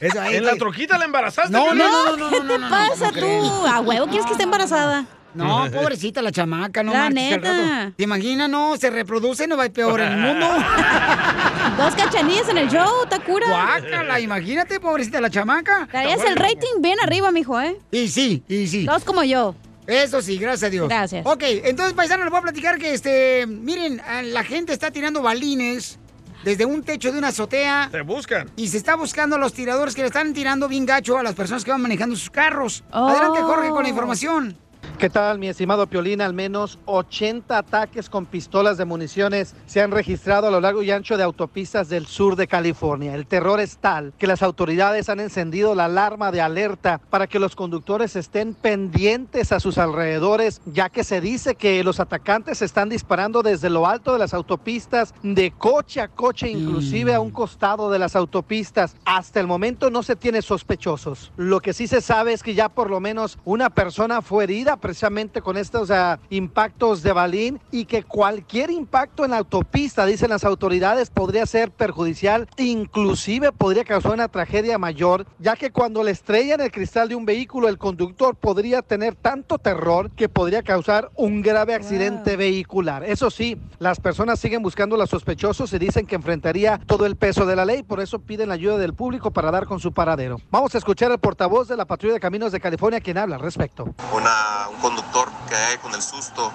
Speaker 1: Eso, Ah, ahí,
Speaker 3: ¿En la
Speaker 1: ahí.
Speaker 3: troquita la embarazaste?
Speaker 1: No, no,
Speaker 3: Piolín?
Speaker 1: no, no, no,
Speaker 2: ¿Qué
Speaker 1: no,
Speaker 2: te
Speaker 1: no, no,
Speaker 2: pasa
Speaker 1: ¿cómo crees?
Speaker 2: tú? ¿A huevo quieres que esté embarazada?
Speaker 1: No, pobrecita la chamaca, no
Speaker 2: La
Speaker 1: marches al
Speaker 2: neta.
Speaker 1: rato. ¿Te imaginas? No, se reproduce, no va a ir peor el mundo.
Speaker 2: Dos cachanillas en el show, Takura.
Speaker 1: Guácala, imagínate, pobrecita la chamaca.
Speaker 2: Traías el rating bien arriba, mijo, ¿eh?
Speaker 1: Y sí, y sí.
Speaker 2: Dos como yo.
Speaker 1: Eso sí, gracias a Dios.
Speaker 2: Gracias.
Speaker 1: Ok, entonces, paisano, les voy a platicar que, este, miren, a la gente está tirando balines desde un techo de una azotea.
Speaker 3: Te buscan.
Speaker 1: Y se está buscando a los tiradores que le están tirando bien gacho a las personas que van manejando sus carros. Adelante,
Speaker 2: Oh.
Speaker 1: Jorge, con la información.
Speaker 5: ¿Qué tal, mi estimado Piolín? Al menos 80 ataques con pistolas de municiones se han registrado a lo largo y ancho de autopistas del sur de California. El terror es tal que las autoridades han encendido la alarma de alerta para que los conductores estén pendientes a sus alrededores, ya que se dice que los atacantes están disparando desde lo alto de las autopistas, de coche a coche, inclusive a un costado de las autopistas. Hasta el momento no se tiene sospechosos. Lo que sí se sabe es que ya por lo menos una persona fue herida precisamente con estos ah, impactos de balín y que cualquier impacto en la autopista, dicen las autoridades, podría ser perjudicial, inclusive podría causar una tragedia mayor, ya que cuando le estrellan el cristal de un vehículo, el conductor podría tener tanto terror que podría causar un grave accidente vehicular. Eso sí, las personas siguen buscando a los sospechosos y dicen que enfrentaría todo el peso de la ley, por eso piden la ayuda del público para dar con su paradero. Vamos a escuchar al portavoz de la Patrulla de Caminos de California quien habla al respecto.
Speaker 11: una- un conductor que cae con el susto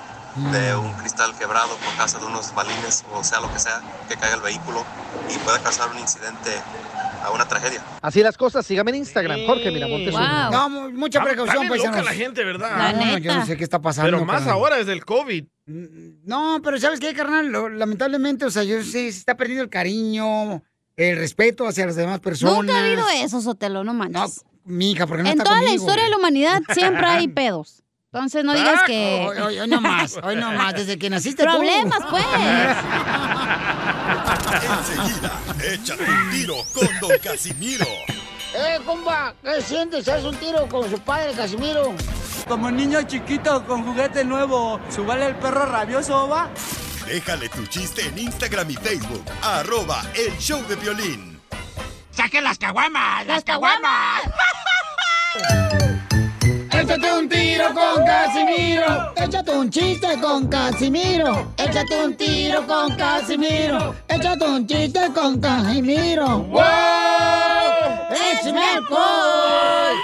Speaker 11: de un cristal quebrado por causa de unos balines o sea lo que sea que caiga el vehículo y pueda causar un incidente a una tragedia.
Speaker 5: Así las cosas, sígame en Instagram, Jorge Miramontes. uno.
Speaker 1: No, mu- mucha precaución,
Speaker 3: Está bien loca
Speaker 1: paisanos.
Speaker 3: la gente, ¿verdad?
Speaker 1: La No, neta. yo no sé qué está pasando,
Speaker 3: Pero más
Speaker 1: carnal.
Speaker 3: ahora desde el COVID.
Speaker 1: No, pero ¿sabes qué, carnal? Lo- lamentablemente, o sea, yo sé, se está perdiendo el cariño, el respeto hacia las demás personas.
Speaker 2: Nunca ha habido eso, Sotelo, no manches.
Speaker 1: Mija, porque no
Speaker 2: en
Speaker 1: está
Speaker 2: toda la
Speaker 1: conmigo.
Speaker 2: historia de la humanidad siempre hay pedos. Entonces no digas
Speaker 1: Ah,
Speaker 2: que.
Speaker 1: Hoy, hoy- hoy no más, hoy no más, desde que naciste tú.
Speaker 2: Problemas, pues.
Speaker 7: Enseguida, échate un tiro con Don Casimiro.
Speaker 1: ¡Eh, comba! ¿Qué sientes? ¿Haz un tiro con su padre, Casimiro?
Speaker 16: Como niño chiquito con juguete nuevo, ¿subale el perro rabioso va?
Speaker 7: Déjale tu chiste en Instagram y Facebook, arroba el show de violín.
Speaker 12: ¡Saque las caguamas! ¡Las caguamas!
Speaker 1: Échate un tiro con Casimiro. Échate un chiste con Casimiro. Échate un tiro con Casimiro. Échate un chiste con Casimiro. ¡Wow! ¡Échame alcohol!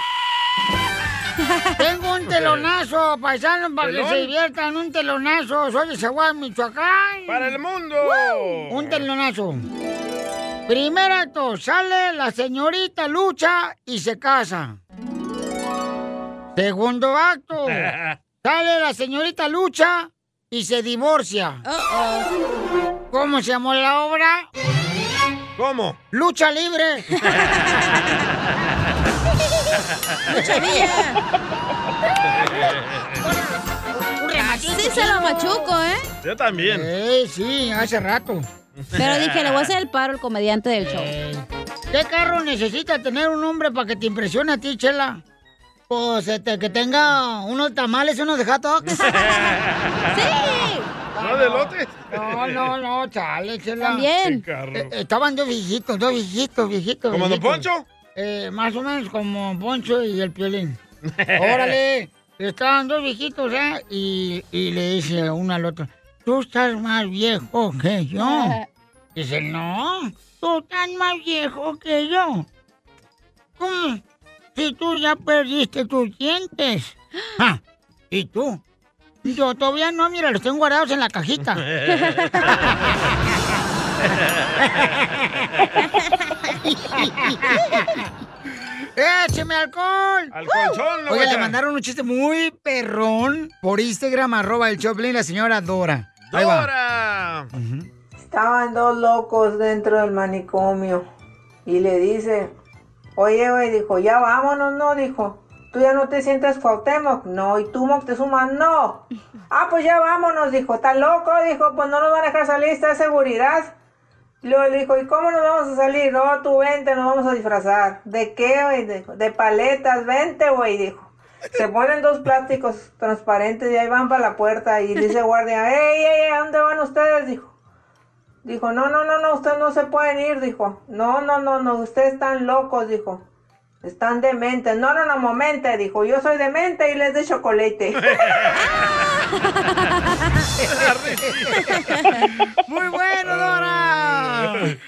Speaker 1: Tengo un telonazo, paisanos, para que
Speaker 12: ¿Telón?
Speaker 1: se diviertan. Un telonazo. Soy de Chihuahua, Michoacán. ¡Para el mundo! Un telonazo. Primer acto, sale la señorita Lucha y se casa. Segundo acto. Sale la señorita Lucha y se divorcia. ¿Cómo se llamó la obra?
Speaker 3: ¿Cómo?
Speaker 1: Lucha libre.
Speaker 4: Lucha Sí se lo machuco, ¿eh?
Speaker 3: Yo también.
Speaker 1: Eh, sí, hace rato. Eh,
Speaker 4: Pero dije, le voy a hacer el paro al comediante del show.
Speaker 1: ¿Qué carro necesita tener un hombre para que te impresione a ti, Chela? Pues este, que tenga unos tamales, unos de hot dogs.
Speaker 3: ¡Sí! ¿No de lotes?
Speaker 1: No, no, no, chale, Chela.
Speaker 3: También. Qué carro.
Speaker 1: Eh, estaban dos viejitos, dos viejitos, viejitos.
Speaker 3: ¿Como Don
Speaker 1: viejitos.
Speaker 3: Poncho?
Speaker 1: Eh, más o menos como Poncho y el Piolín. Órale, estaban dos viejitos, ¿eh? Y, y le dice uno al otro, tú estás más viejo que yo. Dice, no, tú estás más viejo que yo. ¿Cómo? Si tú ya perdiste tus dientes. Ah, ¿y tú? Yo todavía no, mira, los tengo guardados en la cajita. ¡Écheme alcohol!
Speaker 3: ¡Al colchón, lo
Speaker 1: Oiga,
Speaker 3: voy a-
Speaker 1: le mandaron un chiste muy perrón por Instagram, arroba el Choplin, la señora Dora. Ahí va.
Speaker 3: ¡Dora!
Speaker 17: Estaban dos locos dentro del manicomio y le dice, oye, güey, dijo, ya vámonos, no, dijo, tú ya no te sientes Cuauhtémoc, no, y tú Moctezuma, no. Ah, pues ya vámonos, dijo, está loco, dijo, pues no nos van a dejar salir, está de seguridad. Y Luego le dijo, ¿y cómo nos vamos a salir? No, tú vente, nos vamos a disfrazar. ¿De qué, güey? Dijo, De paletas, vente, güey, dijo. Se ponen dos plásticos transparentes y ahí van para la puerta y dice el guardia, ¡Ey, ey, ey! ¿A dónde van ustedes? Dijo. Dijo, no, no, no, no, ustedes no se pueden ir, dijo. No, no, no, no, ustedes están locos, dijo. Están dementes. No, no, no, momente, dijo. Yo soy demente y les de chocolate.
Speaker 1: ¡Muy bueno, Dora!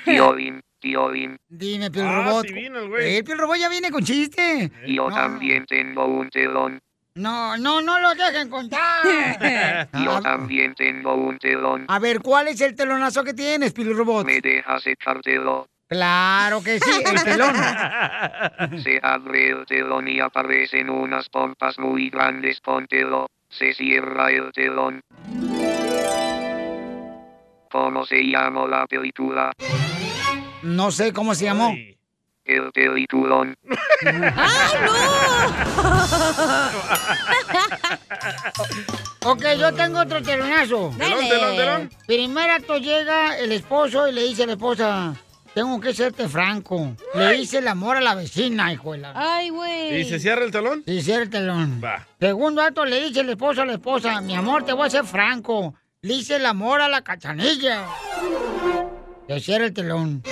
Speaker 18: Tío Bim, tío Bim,
Speaker 1: Dime, Piel
Speaker 18: Ah,
Speaker 1: Robot.
Speaker 18: sí vino el güey.
Speaker 1: Eh, Piel Robot ya viene con chiste.
Speaker 18: yo también tengo un telón.
Speaker 1: No, no, no lo dejen contar.
Speaker 18: Yo también tengo un telón.
Speaker 1: Ah. A ver, ¿cuál es el telonazo que tienes, Piel Robot?
Speaker 18: ¿Me dejas echártelo?
Speaker 1: Claro que sí, el telón.
Speaker 18: Se abre el telón y aparecen unas pompas muy grandes. Póntelo. Se cierra el telón. ¿Cómo se llama la película?
Speaker 1: No sé cómo se llamó.
Speaker 18: El peliculón.
Speaker 1: Ok, yo tengo otro telonazo.
Speaker 18: Telón, telón, telón.
Speaker 1: Primer acto llega el esposo y le dice a la esposa, tengo que serte franco. Le hice el amor a la vecina, hijuela.
Speaker 18: Ah.
Speaker 4: Ay, güey.
Speaker 3: ¿Y se cierra el telón?
Speaker 1: Sí, cierra el telón.
Speaker 3: Va.
Speaker 1: Segundo acto le dice el esposo a la esposa, mi amor, te voy a ser franco. Le hice el amor a la cachanilla. Se cierra el telón.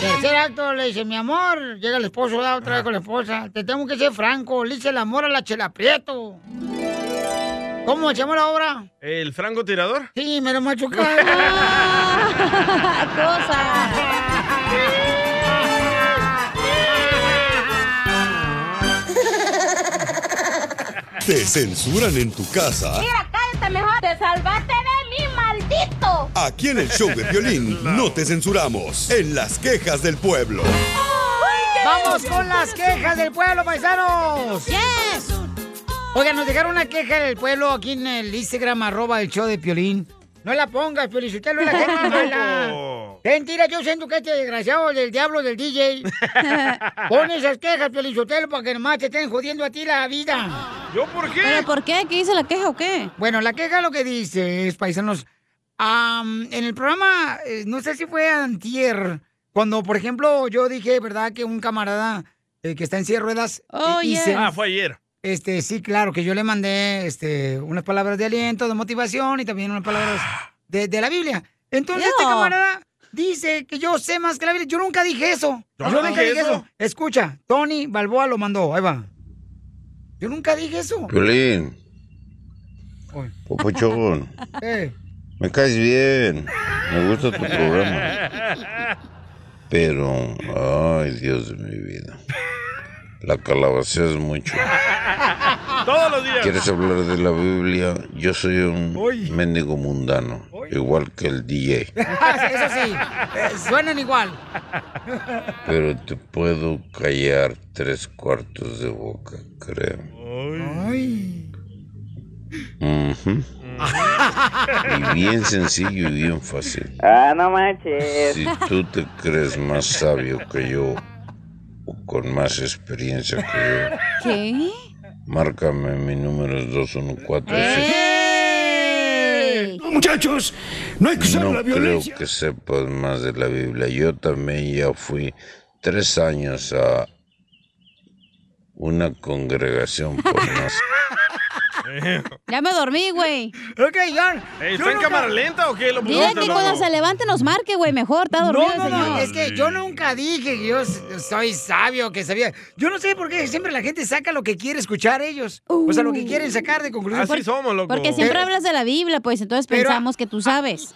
Speaker 1: Tercer acto le dice, mi amor, llega el esposo, da otra vez con la esposa. Te tengo que ser franco, le hice el amor a la chela prieto. ¿Cómo se llama la obra?
Speaker 3: ¿El franco tirador?
Speaker 1: Sí, me lo machucaron.
Speaker 7: Te censuran en tu casa.
Speaker 2: cállate mejor. Te salvaste de mí, maldito.
Speaker 7: Aquí en el show de violín no te censuramos. En las quejas del pueblo.
Speaker 1: Vamos con las quejas del pueblo, paisanos. Yes. Oigan, nos dejaron una queja del pueblo aquí en el Instagram, arroba el show de Piolín. No la pongas, Piolín, si usted no la queja, no la... Mentira, yo siento que este desgraciado del diablo del DJ pone esas quejas, Piolín, Sotelo, para que nomás te estén jodiendo a ti la vida.
Speaker 3: ¿Yo por qué?
Speaker 1: ¿Pero por qué? ¿Qué dice la queja o qué? Bueno, la queja lo que dice es, paisanos, am, en el programa, eh, no sé si fue antier, cuando, por ejemplo, yo dije, ¿verdad?, que un camarada eh, que está en silla de ruedas... eh, hice-
Speaker 3: Ah, fue ayer.
Speaker 1: este, sí, claro, que yo le mandé este, unas palabras de aliento, de motivación y también unas palabras de, de la Biblia. Entonces, este
Speaker 18: Ew.
Speaker 1: camarada dice que yo sé más que la Biblia. Yo nunca dije eso.
Speaker 18: Yo
Speaker 1: Yo,
Speaker 18: no
Speaker 1: nunca
Speaker 18: dije
Speaker 1: dije eso.
Speaker 18: eso.
Speaker 1: Escucha, Tony Balboa lo mandó. Ahí va. Yo nunca dije eso.
Speaker 19: Piolín.
Speaker 1: Uy.
Speaker 19: Popochón.
Speaker 1: Eh,
Speaker 19: Me caes bien. Me gusta tu programa. Pero, ay, Dios de mi vida. La calabaceas mucho.
Speaker 3: Todos los días.
Speaker 19: ¿Quieres hablar de la Biblia? Yo soy un
Speaker 3: Uy.
Speaker 19: mendigo mundano. igual que el DJ,
Speaker 1: Eso sí, eh, suenan igual.
Speaker 19: pero te puedo callar tres cuartos de boca, creo. Ujú. Y bien sencillo y bien fácil.
Speaker 4: Ah, no manches.
Speaker 19: Si tú te crees más sabio que yo o con más experiencia que yo,
Speaker 2: ¿Qué?
Speaker 19: márcame mi número es 2147.
Speaker 20: Eh. Muchachos, no hay que usar
Speaker 19: no
Speaker 20: la
Speaker 19: creo
Speaker 20: violencia.
Speaker 19: que sepas más de la Biblia. Yo también ya fui tres años a una congregación por más.
Speaker 2: Ya me dormí, güey.
Speaker 1: Ok, ya.
Speaker 3: Ey, ¿Está en cámara lenta o qué? Lo
Speaker 2: Dile
Speaker 3: pusiste,
Speaker 2: que cuando
Speaker 3: loco?
Speaker 2: se levante nos marque, güey. Mejor, está dormido
Speaker 1: no, no,
Speaker 2: el
Speaker 1: no,
Speaker 2: señor.
Speaker 1: es que yo nunca dije que yo s- soy sabio, que sabía. Yo no sé por qué siempre la gente saca lo que quiere escuchar ellos. o sea, lo
Speaker 18: Uh.
Speaker 1: que quieren sacar de conclusión. Eh,
Speaker 2: Por- Porque siempre hablas de la Biblia, pues entonces
Speaker 1: Pero- ah,
Speaker 2: pensamos que tú sabes.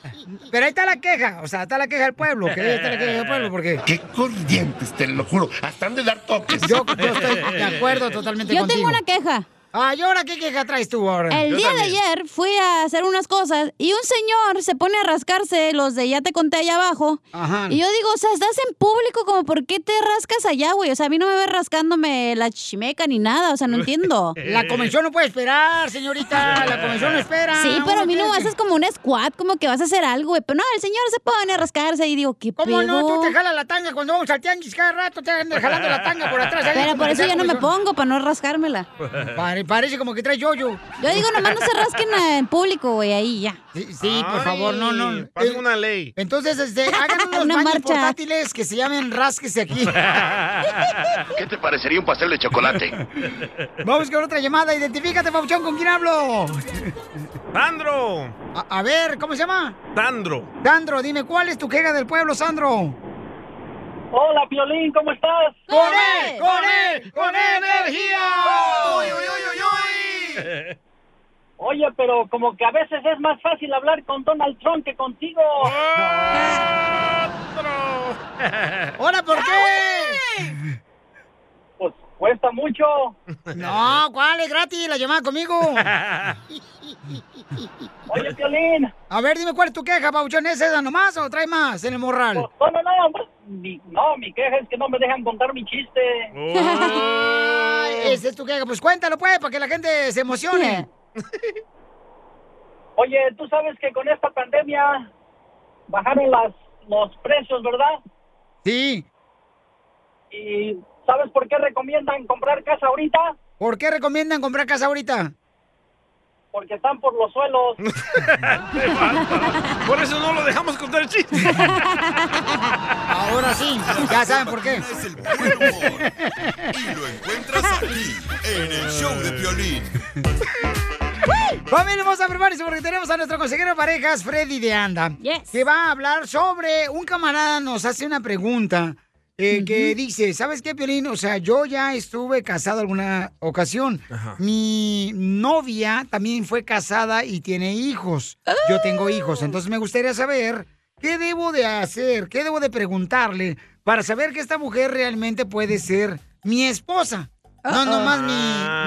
Speaker 1: Pero ahí está la queja, o sea, está la queja del pueblo, que ahí está la queja del pueblo, porque...
Speaker 20: Qué corrientes, te lo juro. Hasta han de dar toques.
Speaker 1: Yo, yo estoy de acuerdo totalmente
Speaker 2: Yo
Speaker 1: contigo.
Speaker 2: tengo una queja.
Speaker 1: Ah, ¿y ahora qué queja traes tú ahora?
Speaker 2: El día de ayer fui a hacer unas cosas y un señor se pone a rascarse los de ya te conté allá abajo.
Speaker 1: Ajá.
Speaker 2: Y yo digo, o sea, estás en público, como por qué te rascas allá, güey. O sea, a mí no me ves rascándome la chimeca ni nada, o sea, no entiendo.
Speaker 1: La convención no puede esperar, señorita, la convención no espera.
Speaker 2: Sí, pero a mí no
Speaker 1: Uno tiene
Speaker 2: haces como un squat, como que vas a hacer algo, güey. Pero no, el señor se pone a rascarse y digo, ¿qué
Speaker 1: que- ¿Cómo no?
Speaker 2: pedo?
Speaker 1: Tú te jalas la tanga cuando vamos al tianguis cada rato, te andas jalando la tanga por atrás. ahí
Speaker 2: Pero
Speaker 1: como
Speaker 2: por
Speaker 1: que
Speaker 2: eso
Speaker 1: sea
Speaker 2: ya no me
Speaker 1: comenzón.
Speaker 2: pongo, para no rascármela.
Speaker 1: Pare- parece como que trae yo-yo.
Speaker 2: Yo digo, nomás no se rasquen eh, en público, güey, ahí ya.
Speaker 1: Sí, sí, por favor, no, no.
Speaker 3: Pasa una ley.
Speaker 1: Entonces, este, hagan unos
Speaker 2: Una
Speaker 1: baños
Speaker 2: marcha.
Speaker 1: portátiles que se llamen rasquese aquí.
Speaker 21: ¿Qué te parecería un pastel de chocolate?
Speaker 1: Vamos con otra llamada. Identifícate, Pabuchón, ¿con quién hablo?
Speaker 3: Sandro.
Speaker 1: A, a ver, ¿cómo se llama?
Speaker 3: Sandro.
Speaker 1: Sandro, dime, ¿cuál es tu queja del pueblo, Sandro?
Speaker 22: Hola, Piolín, ¿cómo estás?
Speaker 1: ¡Con él! ¡Con él! ¡Con energía!
Speaker 22: ¡Uy, uy, uy, uy, uy! Oye, pero como que a veces es más fácil hablar con Donald Trump que contigo.
Speaker 1: ¡Hola, por qué!
Speaker 22: Pues cuesta mucho.
Speaker 1: No, ¿cuál es gratis la llamada conmigo?
Speaker 22: Oye, Piolín.
Speaker 1: A ver, dime cuál es tu queja, Pabuchón. ¿Es esa nomás o trae más en el morral?
Speaker 22: No, no, no. pues, mi- no, mi queja es que no me dejan contar mi chiste.
Speaker 1: Ay, esa es tu queja. Pues cuéntalo, pues, para que la gente se emocione.
Speaker 22: Oye, tú sabes que con esta pandemia bajaron las los precios, ¿verdad?
Speaker 1: Sí.
Speaker 22: ¿Y sabes por qué recomiendan comprar casa ahorita?
Speaker 1: ¿Por qué recomiendan comprar casa ahorita?
Speaker 22: Porque están por los suelos.
Speaker 3: Por eso no lo dejamos contar el chiste.
Speaker 1: Ahora sí, ya saben por qué.
Speaker 7: Y lo encuentras aquí, en el show de Piolín.
Speaker 1: Familia hermosa, prepárense porque tenemos a nuestro consejero de parejas, Freddy de Anda, que va a hablar sobre un camarada nos hace una pregunta eh, que dice, ¿sabes qué, Piolín? O sea, yo ya estuve casado alguna ocasión. Mi novia también fue casada y tiene hijos. Yo tengo hijos, entonces me gustaría saber qué debo de hacer, qué debo de preguntarle para saber que esta mujer realmente puede ser mi esposa. No,
Speaker 3: Uh-oh.
Speaker 1: nomás mi,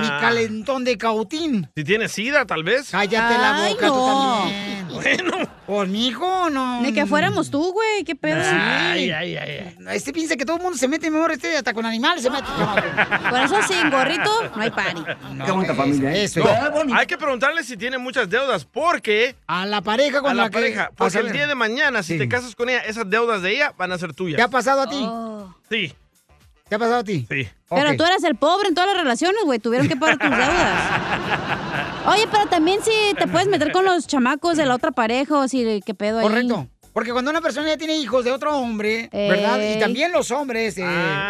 Speaker 1: mi calentón de cautín.
Speaker 3: Si tiene sida, tal vez.
Speaker 1: Cállate la
Speaker 2: Ay,
Speaker 1: boca tú
Speaker 2: no.
Speaker 1: también. Bueno. Por mi hijo, no.
Speaker 2: Ni que fuéramos tú, güey, qué pedo.
Speaker 1: Ay, ay, ay, ay. Este piensa que todo el mundo se mete mejor, este hasta con animales se mete.
Speaker 2: Por eso sin gorrito no hay party.
Speaker 1: Qué bonita familia, ¿eh? Eso,
Speaker 3: No,
Speaker 1: ya.
Speaker 3: hay que preguntarle si tiene muchas deudas, porque...
Speaker 1: A la pareja con
Speaker 3: a la,
Speaker 1: la que-
Speaker 3: pareja.
Speaker 1: vas
Speaker 3: Porque
Speaker 1: a
Speaker 3: el
Speaker 1: ver.
Speaker 3: día de mañana, si te casas con ella, esas deudas de ella van a ser tuyas. Oh.
Speaker 1: ¿Te ha pasado a ti?
Speaker 3: Sí.
Speaker 1: ¿Te ha pasado a ti?
Speaker 3: Sí.
Speaker 2: Pero
Speaker 1: Ok.
Speaker 2: tú eras el pobre en todas las relaciones, güey. Tuvieron que pagar tus deudas. Oye, pero también si te puedes meter con los chamacos de la otra pareja o si qué pedo ahí.
Speaker 1: Correcto. Porque cuando una persona ya tiene hijos de otro hombre, ¿verdad?
Speaker 2: Ey.
Speaker 1: Y también los hombres, eh,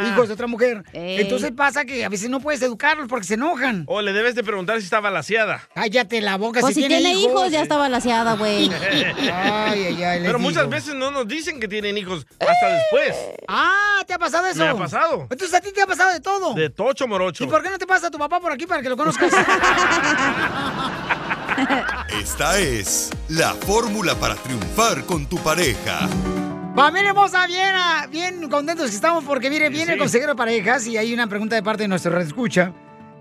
Speaker 1: hijos de otra mujer.
Speaker 2: Ey.
Speaker 1: Entonces pasa que a veces no puedes educarlos porque se enojan.
Speaker 3: O le debes de preguntar si está balaseada.
Speaker 1: Cállate la boca,
Speaker 2: O si tiene, hijos, ya está balaseada, güey. les
Speaker 3: Pero muchas
Speaker 2: digo.
Speaker 3: veces no nos dicen que tienen hijos hasta después.
Speaker 1: Ah, ¿te ha pasado eso?
Speaker 3: Me ha pasado.
Speaker 1: Entonces a ti te ha pasado de todo.
Speaker 3: De tocho morocho.
Speaker 1: ¿Y por qué no te pasa a tu papá por aquí para que lo conozcas?
Speaker 7: Esta es la fórmula para triunfar con tu pareja.
Speaker 1: Familia hermosa, bien, ah, bien contentos que estamos porque mire, viene el
Speaker 7: sí.
Speaker 1: consejero de parejas y hay una pregunta de parte de nuestro Em, red escucha.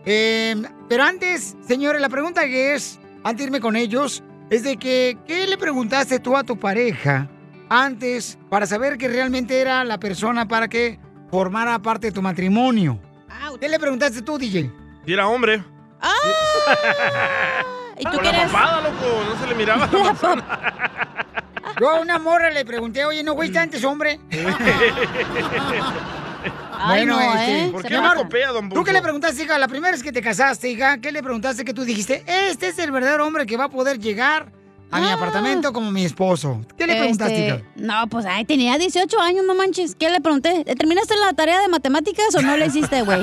Speaker 1: pero antes, señores, la pregunta que es, antes de irme con ellos, es de que, ¿qué le preguntaste tú a tu pareja antes para saber que realmente era la persona para que formara parte de tu matrimonio? ¿Qué le preguntaste tú, DJ?
Speaker 3: Si era hombre.
Speaker 2: Ah.
Speaker 1: ¿Y
Speaker 3: Con la papada, loco, no se le miraba. la manzana.
Speaker 1: Yo a una morra le pregunté, oye, ¿no
Speaker 3: Mm.
Speaker 1: fuiste antes, hombre?
Speaker 3: no, ¿eh?
Speaker 1: ¿por
Speaker 3: Se
Speaker 1: qué
Speaker 3: pasa.
Speaker 1: Omar?
Speaker 3: copea, don
Speaker 1: ¿Tú
Speaker 3: Poncho?
Speaker 1: qué le preguntaste, hija? La primera vez que te casaste, hija, ¿qué le preguntaste que tú dijiste? Este es el verdadero hombre que va a poder llegar a
Speaker 3: Ah.
Speaker 1: mi apartamento como mi esposo. ¿Qué le preguntaste,
Speaker 2: Este,
Speaker 1: hija?
Speaker 2: No, pues ay, tenía 18 años, no manches. ¿Qué le pregunté? ¿Eh, ¿Terminaste la tarea de matemáticas o no la hiciste, güey?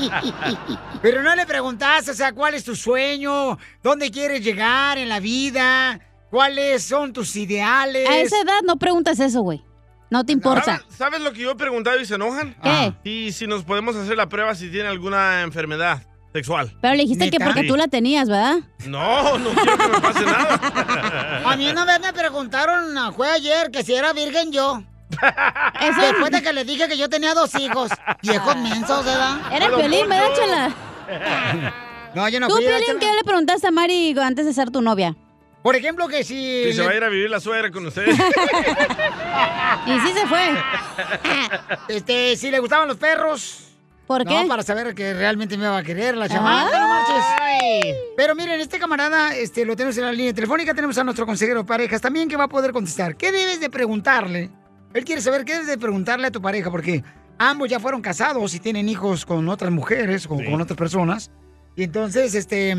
Speaker 1: Pero no le preguntaste, o sea, ¿cuál es tu sueño? ¿Dónde quieres llegar en la vida? ¿Cuáles son tus ideales?
Speaker 3: Ah,
Speaker 2: A esa edad no preguntas eso, güey. No te importa.
Speaker 3: ¿Sabes, sabes lo que yo he preguntado y se enojan? Ah.
Speaker 2: ¿Qué?
Speaker 3: Y si nos podemos hacer la prueba si tiene alguna enfermedad sexual.
Speaker 2: Pero le dijiste que porque
Speaker 3: Sí.
Speaker 2: tú la tenías, ¿verdad?
Speaker 3: No, no quiero que me pase nada.
Speaker 1: A mí una vez me preguntaron, ah, fue ayer, que si era virgen yo. Después de que le dije que yo tenía dos hijos. Viejos mensos, ¿verdad?
Speaker 2: Era el Piolín, ¿verdad, Chela?
Speaker 1: No, yo no pues,
Speaker 2: ¿Tú,
Speaker 1: fui, ¿verdad,
Speaker 2: Piolín, qué le preguntaste a Mari antes de ser tu novia?
Speaker 1: Por ejemplo, que si...
Speaker 3: Y se va a ir a vivir la suegra con ustedes.
Speaker 2: Y sí se fue.
Speaker 1: Este, si le gustaban los perros.
Speaker 2: ¿Por
Speaker 1: No,
Speaker 2: qué?
Speaker 1: para saber que realmente me va a querer la chamaca, no marches. Pero miren, este camarada, este, lo tenemos en la línea telefónica, tenemos a nuestro consejero de parejas también que va a poder contestar. ¿Qué debes de preguntarle? Él quiere saber qué debes de preguntarle a tu pareja, porque ambos ya fueron casados y tienen hijos con otras mujeres, con, con otras personas. Y entonces, este,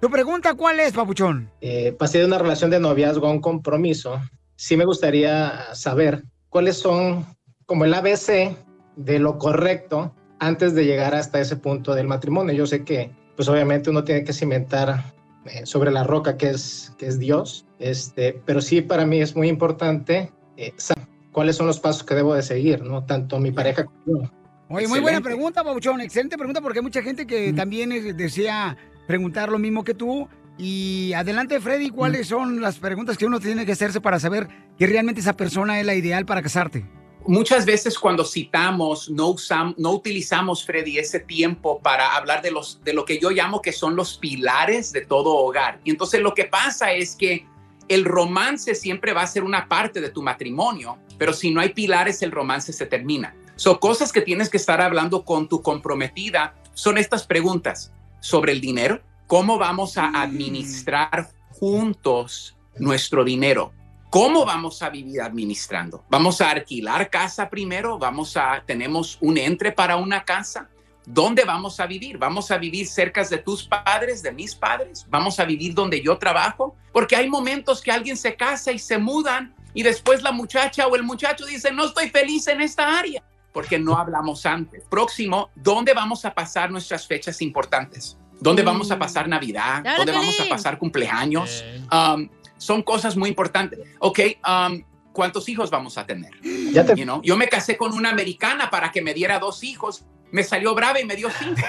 Speaker 1: tu pregunta, ¿cuál es, papuchón?
Speaker 14: Eh, pasé de una relación de noviazgo a un compromiso. Sí me gustaría saber cuáles son como el ABC de lo correcto antes de llegar hasta ese punto del matrimonio. Yo sé que, pues obviamente uno tiene que cimentar eh, sobre la roca que es, que es Dios, este, pero sí para mí es muy importante eh, saber cuáles son los pasos que debo de seguir, ¿no? Tanto mi pareja como yo.
Speaker 1: Oye, muy buena pregunta, Pabuchón. Excelente pregunta porque hay mucha gente que también eh, desea preguntar lo mismo que tú. Y adelante, Freddy, ¿cuáles son las preguntas que uno tiene que hacerse para saber que realmente esa persona es la ideal para casarte?
Speaker 15: muchas veces cuando citamos, no, usam- no utilizamos, Freddy, ese tiempo para hablar de, los, de lo que yo llamo que son los pilares de todo hogar. Y entonces lo que pasa es que el romance siempre va a ser una parte de tu matrimonio, pero si no hay pilares, el romance se termina. Son cosas que tienes que estar hablando con tu comprometida. Son estas preguntas sobre el dinero. ¿Cómo vamos a administrar juntos nuestro dinero? ¿Cómo vamos a vivir administrando? ¿Vamos a alquilar casa primero? ¿Vamos a tenemos un entre para una casa? ¿Dónde vamos a vivir? ¿Vamos a vivir cerca de tus padres, de mis padres? ¿Vamos a vivir donde yo trabajo? Porque hay momentos que alguien se casa y se mudan y después la muchacha o el muchacho dice, no estoy feliz en esta área, porque no hablamos antes. Próximo, ¿dónde vamos a pasar nuestras fechas importantes? ¿Dónde vamos a pasar Navidad?
Speaker 23: Dale,
Speaker 15: ¿Dónde vamos a
Speaker 23: Pelín.
Speaker 15: pasar cumpleaños? Um, son cosas muy importantes. Ok, um, ¿cuántos hijos vamos a tener?
Speaker 14: Ya te-
Speaker 15: You know, Yo me casé con una americana para que me diera dos hijos. Me salió brava y me dio cinco.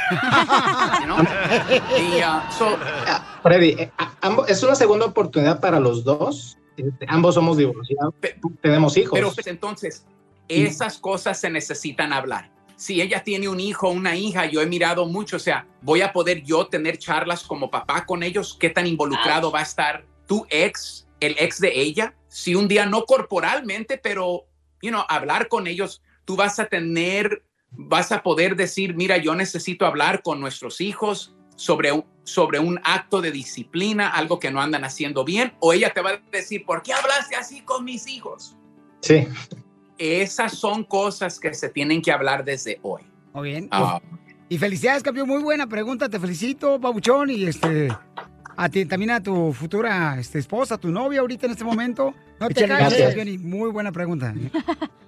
Speaker 15: You know? Y, uh, so,
Speaker 14: Freddy, eh, a- ambos- es una segunda oportunidad para los dos. Este, ambos somos divorciados, tenemos hijos.
Speaker 15: Pero pues, entonces, esas cosas se necesitan hablar. Si ella tiene un hijo o una hija, yo he mirado mucho, o sea, voy a poder yo tener charlas como papá con ellos, qué tan involucrado va a estar tu ex, el ex de ella, si un día no corporalmente, pero, you know, hablar con ellos, tú vas a tener, vas a poder decir, mira, yo necesito hablar con nuestros hijos sobre un, sobre un acto de disciplina, algo que no andan haciendo bien, o ella te va a decir, ¿por qué hablaste así con mis hijos?
Speaker 14: Sí.
Speaker 15: esas son cosas que se tienen que hablar desde hoy.
Speaker 1: Muy bien.
Speaker 15: Ah.
Speaker 1: Y felicidades, campeón. Muy buena pregunta. Te felicito, Pabuchón. Y este, a ti, también a tu futura este, esposa, tu novia ahorita en este momento. No te
Speaker 14: Échale
Speaker 1: calles,
Speaker 14: gracias.
Speaker 1: Piolín. Muy buena pregunta.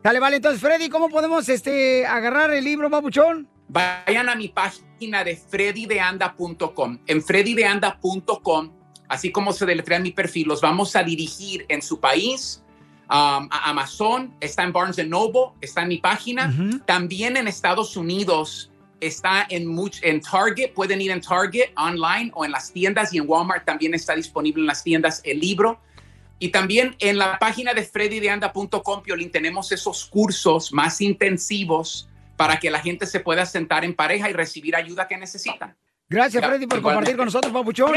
Speaker 1: Dale, vale. Entonces, Freddy, ¿cómo podemos este, agarrar el libro, Pabuchón?
Speaker 15: Vayan a mi página de freddydeanda.com. En freddydeanda.com, así como se deletrea en mi perfil, los vamos a dirigir en su país, um, a Amazon, está en Barnes Noble, está en mi página. También en Estados Unidos está en, much- en Target, pueden ir en Target online o en las tiendas y en Walmart también está disponible en las tiendas el libro. Y también en la página de freddydeanda.com, Piolín, tenemos esos cursos más intensivos para que la gente se pueda sentar en pareja y recibir ayuda que necesitan.
Speaker 1: Gracias,
Speaker 15: Ya,
Speaker 1: Freddy, por
Speaker 15: igualmente.
Speaker 1: compartir con nosotros, Papuchón.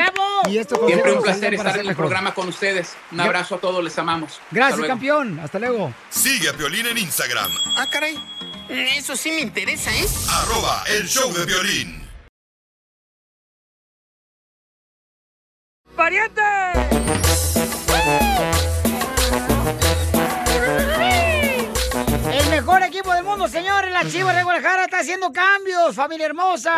Speaker 1: Y estos
Speaker 15: Siempre
Speaker 1: consejos
Speaker 15: un
Speaker 1: nos ayudan
Speaker 15: placer
Speaker 1: para
Speaker 15: estar
Speaker 1: ser
Speaker 15: en el
Speaker 1: mejor.
Speaker 15: programa con ustedes. Un abrazo a todos, les amamos. Hasta
Speaker 1: Gracias,
Speaker 15: luego.
Speaker 1: campeón. Hasta luego.
Speaker 7: Sigue a Violín en Instagram,
Speaker 24: Ah, caray. Eso sí me interesa, ¿eh?
Speaker 7: arroba el show de violín.
Speaker 24: ¡Pariente!
Speaker 1: El mejor equipo del mundo, señores. La Chivas de Guadalajara está haciendo cambios, familia hermosa.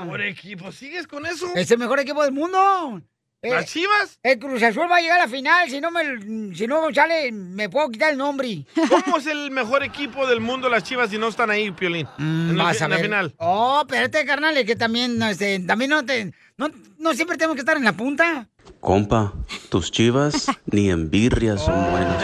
Speaker 3: El mejor equipo. ¿Sigues con eso?
Speaker 1: Es el mejor equipo del mundo. Eh,
Speaker 3: ¿Las Chivas?
Speaker 1: El Cruz Azul va a llegar a la final. Si no, me, si no sale, me puedo quitar el nombre.
Speaker 3: ¿Cómo es el mejor equipo del mundo las Chivas si no están ahí, Piolín? en la,
Speaker 1: Mm, Vas
Speaker 3: fi-
Speaker 1: a
Speaker 3: en la
Speaker 1: ver.
Speaker 3: final.
Speaker 1: Oh, espérate, carnal, es que también, no, este, también no, te, no, no siempre tenemos que estar en la punta.
Speaker 8: Compa, tus chivas ni en birria son buenas.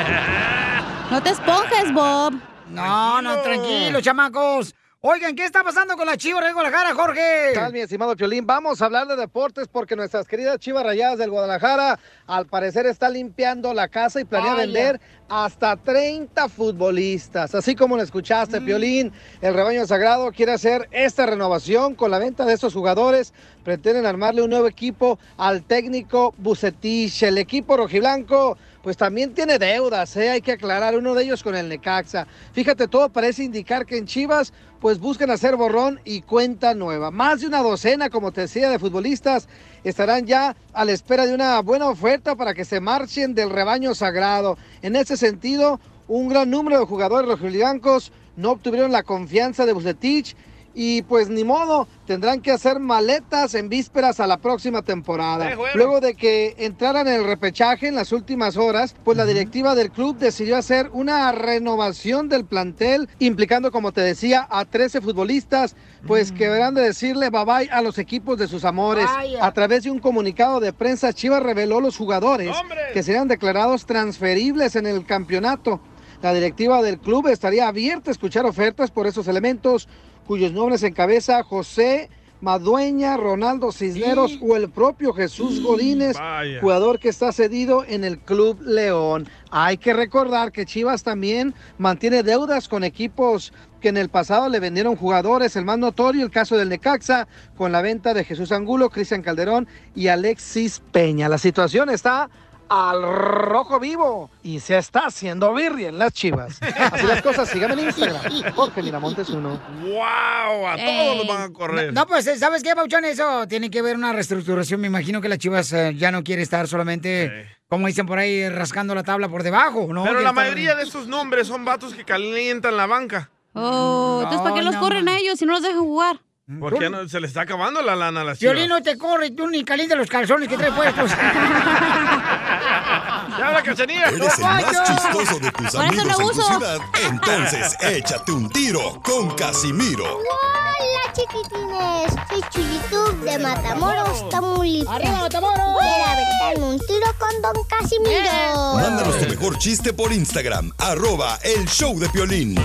Speaker 1: No te esponjes, Bob. No, no, tranquilo, chamacos. Oigan, ¿qué está pasando con la Chivas de Guadalajara, Jorge?
Speaker 5: ¿Qué tal, mi estimado Piolín? Vamos a hablar de deportes porque nuestras queridas Chivas Rayadas del Guadalajara al parecer está limpiando la casa y planea
Speaker 1: Ah,
Speaker 17: Vaya.
Speaker 5: vender hasta 30 futbolistas. Así como lo escuchaste, Piolín, el rebaño sagrado quiere hacer esta renovación con la venta de estos jugadores. Pretenden armarle un nuevo equipo al técnico Bucetich. El equipo rojiblanco pues también tiene deudas, ¿eh? hay que aclarar uno de ellos con el Necaxa. Fíjate, todo parece indicar que en Chivas pues buscan hacer borrón y cuenta nueva. Más de una docena, como te decía, de futbolistas estarán ya a la espera de una buena oferta para que se marchen del rebaño sagrado. En ese sentido, un gran número de jugadores rojiblancos no obtuvieron la confianza de Bucetich y pues ni modo, tendrán que hacer maletas en vísperas a la próxima temporada.
Speaker 17: Eh, güero.
Speaker 5: Luego de que entraran en el repechaje en las últimas horas, pues la directiva del club decidió hacer una renovación del plantel, implicando, como te decía, a 13 futbolistas, pues que deberán de decirle bye bye a los equipos de sus amores.
Speaker 17: Vaya.
Speaker 5: A través de un comunicado de prensa, Chivas reveló los jugadores que serían declarados transferibles en el campeonato. La directiva del club estaría abierta a escuchar ofertas por esos elementos, cuyos nombres encabeza José Madueña, Ronaldo Cisneros o el propio Jesús Godínez,
Speaker 17: Vaya.
Speaker 5: jugador que está cedido en el Club León. Hay que recordar que Chivas también mantiene deudas con equipos que en el pasado le vendieron jugadores, el más notorio el caso del Necaxa, con la venta de Jesús Angulo, Cristian Calderón y Alexis Peña. La situación está al rojo vivo y se está haciendo birria en las chivas. Así las cosas, síganme en Instagram, Jorge Miramontes uno.
Speaker 3: ¡Wow! A todos los van a correr.
Speaker 1: Eh, No, pues, eh, ¿sabes qué, Pauchón? Eso tiene que ver una reestructuración. Me imagino que la Chivas eh, ya no quiere estar solamente, como dicen por ahí, rascando la tabla por debajo,
Speaker 3: Pero
Speaker 1: ¿no? Quiere
Speaker 3: la
Speaker 1: estar-
Speaker 3: mayoría de esos nombres son vatos que calientan la banca.
Speaker 2: Oh, entonces, ¿para qué los corren a ellos si no los dejan jugar?
Speaker 1: Mm,
Speaker 3: Porque no, se les está acabando la lana a las chivas.
Speaker 1: Violín no te corre, tú ni caliente los calzones que traes puestos.
Speaker 3: ¡Ya la cachanilla!
Speaker 7: Eres el más chistoso de
Speaker 3: Por
Speaker 7: tus
Speaker 3: eso
Speaker 7: amigos
Speaker 3: lo
Speaker 7: en tu
Speaker 3: uso.
Speaker 7: ciudad. Entonces, échate un tiro con Casimiro.
Speaker 6: Hola chiquitines, soy Chuyitub de Matamoros, Tamaulipas.
Speaker 1: ¡Arriba, Matamoros!
Speaker 6: Quiero aventarme un tiro con Don Casimiro.
Speaker 7: Mándanos tu mejor chiste por Instagram, arroba el show de Piolín.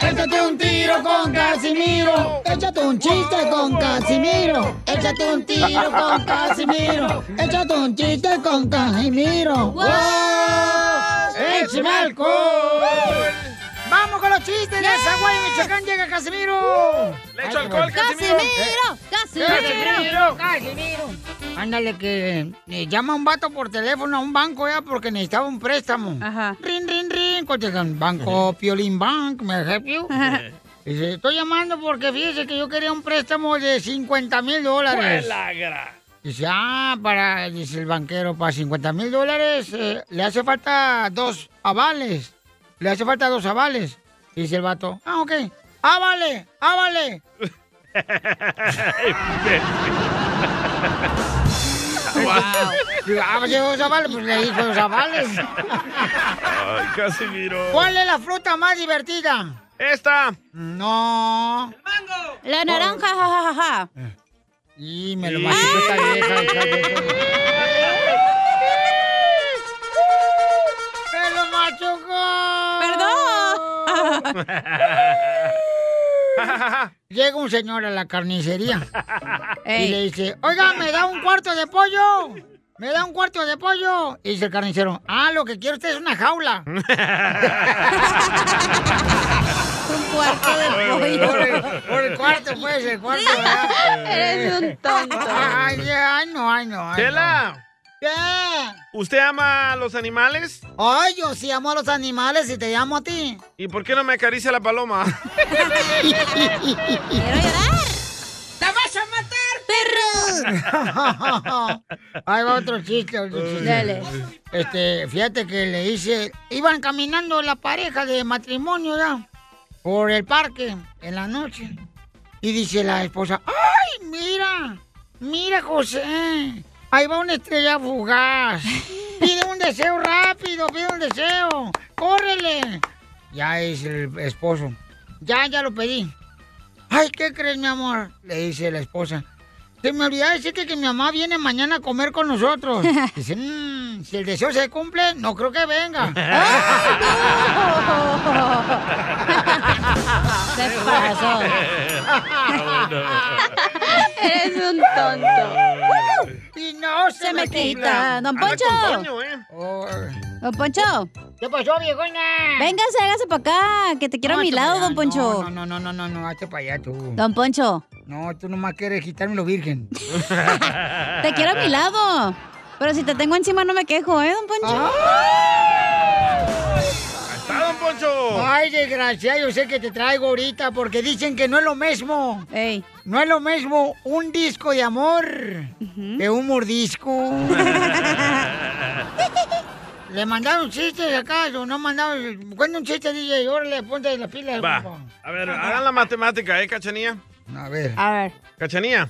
Speaker 4: Échate un tiro con Casimiro. Échate un chiste con Casimiro. Échate un tiro con Casimiro. Échate un chiste con Casimiro. ¡Wow! ¡Échame alcohol!
Speaker 1: ¡Vamos con los chistes! ¡De Zaguay, Michoacán llega Casimiro!
Speaker 3: ¡Le
Speaker 1: Ay,
Speaker 3: echo
Speaker 1: qué
Speaker 3: alcohol,
Speaker 1: bueno.
Speaker 3: Casimiro! Eh,
Speaker 1: ¡Casimiro! ¡Casimiro! Ándale, que eh, llama un vato por teléfono a un banco ya porque necesitaba un préstamo. Ajá. Rin, rin, rin. Contestan, banco Piolín Bank, me help you?" Dice, estoy llamando porque fíjese que yo quería un préstamo de 50 mil dólares. Dice, ah, para, dice el banquero, para 50 mil dólares eh, le hace falta dos avales. Le hace falta dos avales. Dice el vato, ah, ok. Ah, vale, ah, vale. Digo, ah, pues, dos avales, pues le hizo dos avales.
Speaker 3: Ay, Casimiro.
Speaker 1: ¿Cuál es la fruta más divertida?
Speaker 3: Esta.
Speaker 1: No.
Speaker 2: La naranja, jajaja.
Speaker 1: Y me lo machucó esta vieja, hija Eh. ¡Me lo machucó! ¡Perdón! Llega un señor a la carnicería y
Speaker 17: Ey.
Speaker 1: le dice, oiga, ¿me da un cuarto de pollo? ¿Me da un cuarto de pollo? Y dice el carnicero, ah, lo que quiere usted es una jaula.
Speaker 2: un cuarto de pollo.
Speaker 1: Por el, por el cuarto, pues, el cuarto. ¿verdad?
Speaker 2: Eres un tonto.
Speaker 1: Ay, ay, no, ay, no. ay,
Speaker 3: Chela.
Speaker 1: no. ¿Qué?
Speaker 3: ¿Usted ama a los animales?
Speaker 1: Ay, yo sí amo a los animales y te llamo a ti.
Speaker 3: ¿Y por qué no me acaricia la paloma?
Speaker 1: ¡Te vas a matar, perro! Ahí va otro chiste, otro chiste.
Speaker 2: Dale.
Speaker 1: Este, fíjate que le hice... Iban caminando la pareja de matrimonio ya por el parque en la noche. Y dice la esposa, ¡ay, mira! ¡Mira, José! Ahí va una estrella fugaz. Pide un deseo rápido, pide un deseo. ¡Córrele! Ya es el esposo. Ya, ya lo pedí. Ay, ¿qué crees, mi amor? Le dice la esposa. Se me olvidó decirte que mi mamá viene mañana a comer con nosotros. Dice, "Mm, si el deseo se cumple, no creo que venga.
Speaker 2: Oh, Se pasó. Eres un tonto.
Speaker 1: Y no se,
Speaker 2: me
Speaker 1: cumpla.
Speaker 2: quita. Don
Speaker 1: Anda
Speaker 2: Poncho.
Speaker 1: con Toño, ¿eh? Oh,
Speaker 2: Don Poncho.
Speaker 1: ¿Qué pasó, viejona?
Speaker 2: Véngase, hágase para acá, que te quiero a mi lado, don Poncho.
Speaker 1: No, no, no, no, no, no, hazte para allá tú.
Speaker 2: Don Poncho.
Speaker 1: No, tú nomás quieres quitarme lo virgen.
Speaker 2: Te quiero a mi lado. Pero si te tengo encima no me quejo, ¿eh, don
Speaker 1: Ah,
Speaker 2: Poncho?
Speaker 3: ¡Está, don Poncho!
Speaker 1: Ay, desgraciado, yo sé que te traigo ahorita porque dicen que no es lo mismo. No es lo mismo un disco de amor que un mordisco. ¿Le mandaron chistes acaso? ¿No mandaron? Cuenta un chiste, DJ, órale, ponte las pilas.
Speaker 3: Va.
Speaker 1: compa.
Speaker 3: A ver, hagan la matemática, ¿eh, Cachanía?
Speaker 1: A ver. Mm. Eh.
Speaker 2: A ver.
Speaker 3: Cachanía.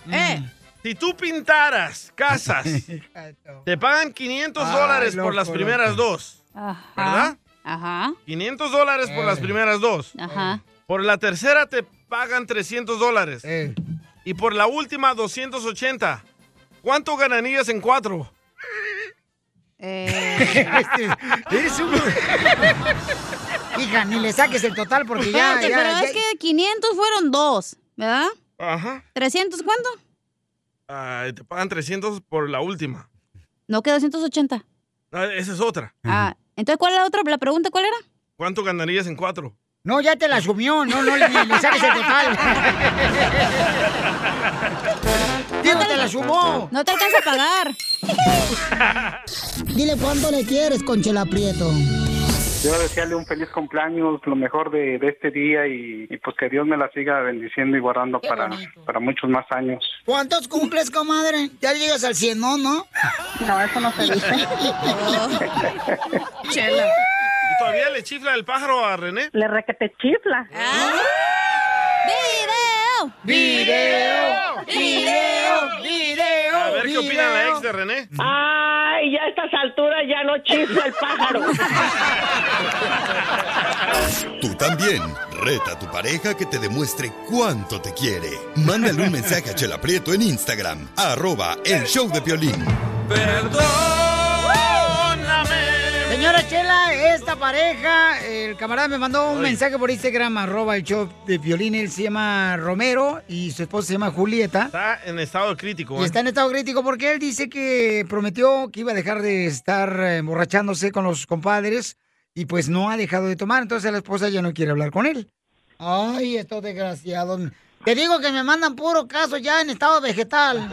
Speaker 3: Si tú pintaras casas, te pagan 500
Speaker 2: Ay,
Speaker 3: dólares
Speaker 2: loco,
Speaker 3: por las
Speaker 2: loco.
Speaker 3: primeras dos.
Speaker 2: Ajá.
Speaker 3: ¿Verdad?
Speaker 2: Ah, Ajá.
Speaker 3: 500 dólares por
Speaker 1: Eh.
Speaker 3: las primeras dos.
Speaker 2: Ajá.
Speaker 3: Por la tercera te pagan 300 dólares.
Speaker 1: Eh.
Speaker 3: Y por la última, 280. ¿Cuánto ganarías en cuatro?
Speaker 1: Eres un... Hija, ni le saques el total porque ya...
Speaker 2: Espérate,
Speaker 1: ya,
Speaker 2: pero
Speaker 1: ya-
Speaker 2: es que 500 fueron dos, ¿verdad?
Speaker 3: Ajá.
Speaker 2: ¿300 cuánto?
Speaker 3: Ay, te pagan 300 por la última.
Speaker 2: No, que 280.
Speaker 3: Ah, Esa es otra.
Speaker 2: Ah, entonces, ¿cuál era la otra? ¿La pregunta cuál era?
Speaker 3: ¿Cuánto ganarías en cuatro?
Speaker 1: No, ya te la asumió, no, no, le, le saques el total. Digo, te la sumó.
Speaker 2: No te alcanza a pagar.
Speaker 25: Dile cuánto le quieres, Conchela Prieto.
Speaker 26: Quiero desearle un feliz cumpleaños, lo mejor de, de este día y, y pues que Dios me la siga bendiciendo y guardando para, para muchos más años.
Speaker 1: ¿Cuántos cumples, comadre? Ya llegas al 100, ¿no? No,
Speaker 26: no eso no se dice.
Speaker 1: Chela.
Speaker 3: ¿Y todavía le chifla el pájaro a René?
Speaker 6: Le requete chifla.
Speaker 2: ¡Video!
Speaker 6: ¡Video!
Speaker 1: ¡Video! ¡Video!
Speaker 3: A ver qué opina la ex de René.
Speaker 6: Ay, ya a estas alturas ya no chifla el pájaro.
Speaker 7: Tú también, reta a tu pareja que te demuestre cuánto te quiere. Mándale un mensaje a Chela Prieto en Instagram, arroba el show de violín.
Speaker 1: Señora Chela, esta pareja, el camarada me mandó un mensaje por Instagram, arroba el show de violín, él se llama Romero y su esposa se llama Julieta.
Speaker 3: Está en estado crítico.
Speaker 1: Y
Speaker 3: ¿eh?
Speaker 1: está en estado crítico porque él dice que prometió que iba a dejar de estar eh, emborrachándose con los compadres y pues no ha dejado de tomar, entonces la esposa ya no quiere hablar con él. Ay, estos desgraciados. Te digo que me mandan puro caso ya en estado vegetal.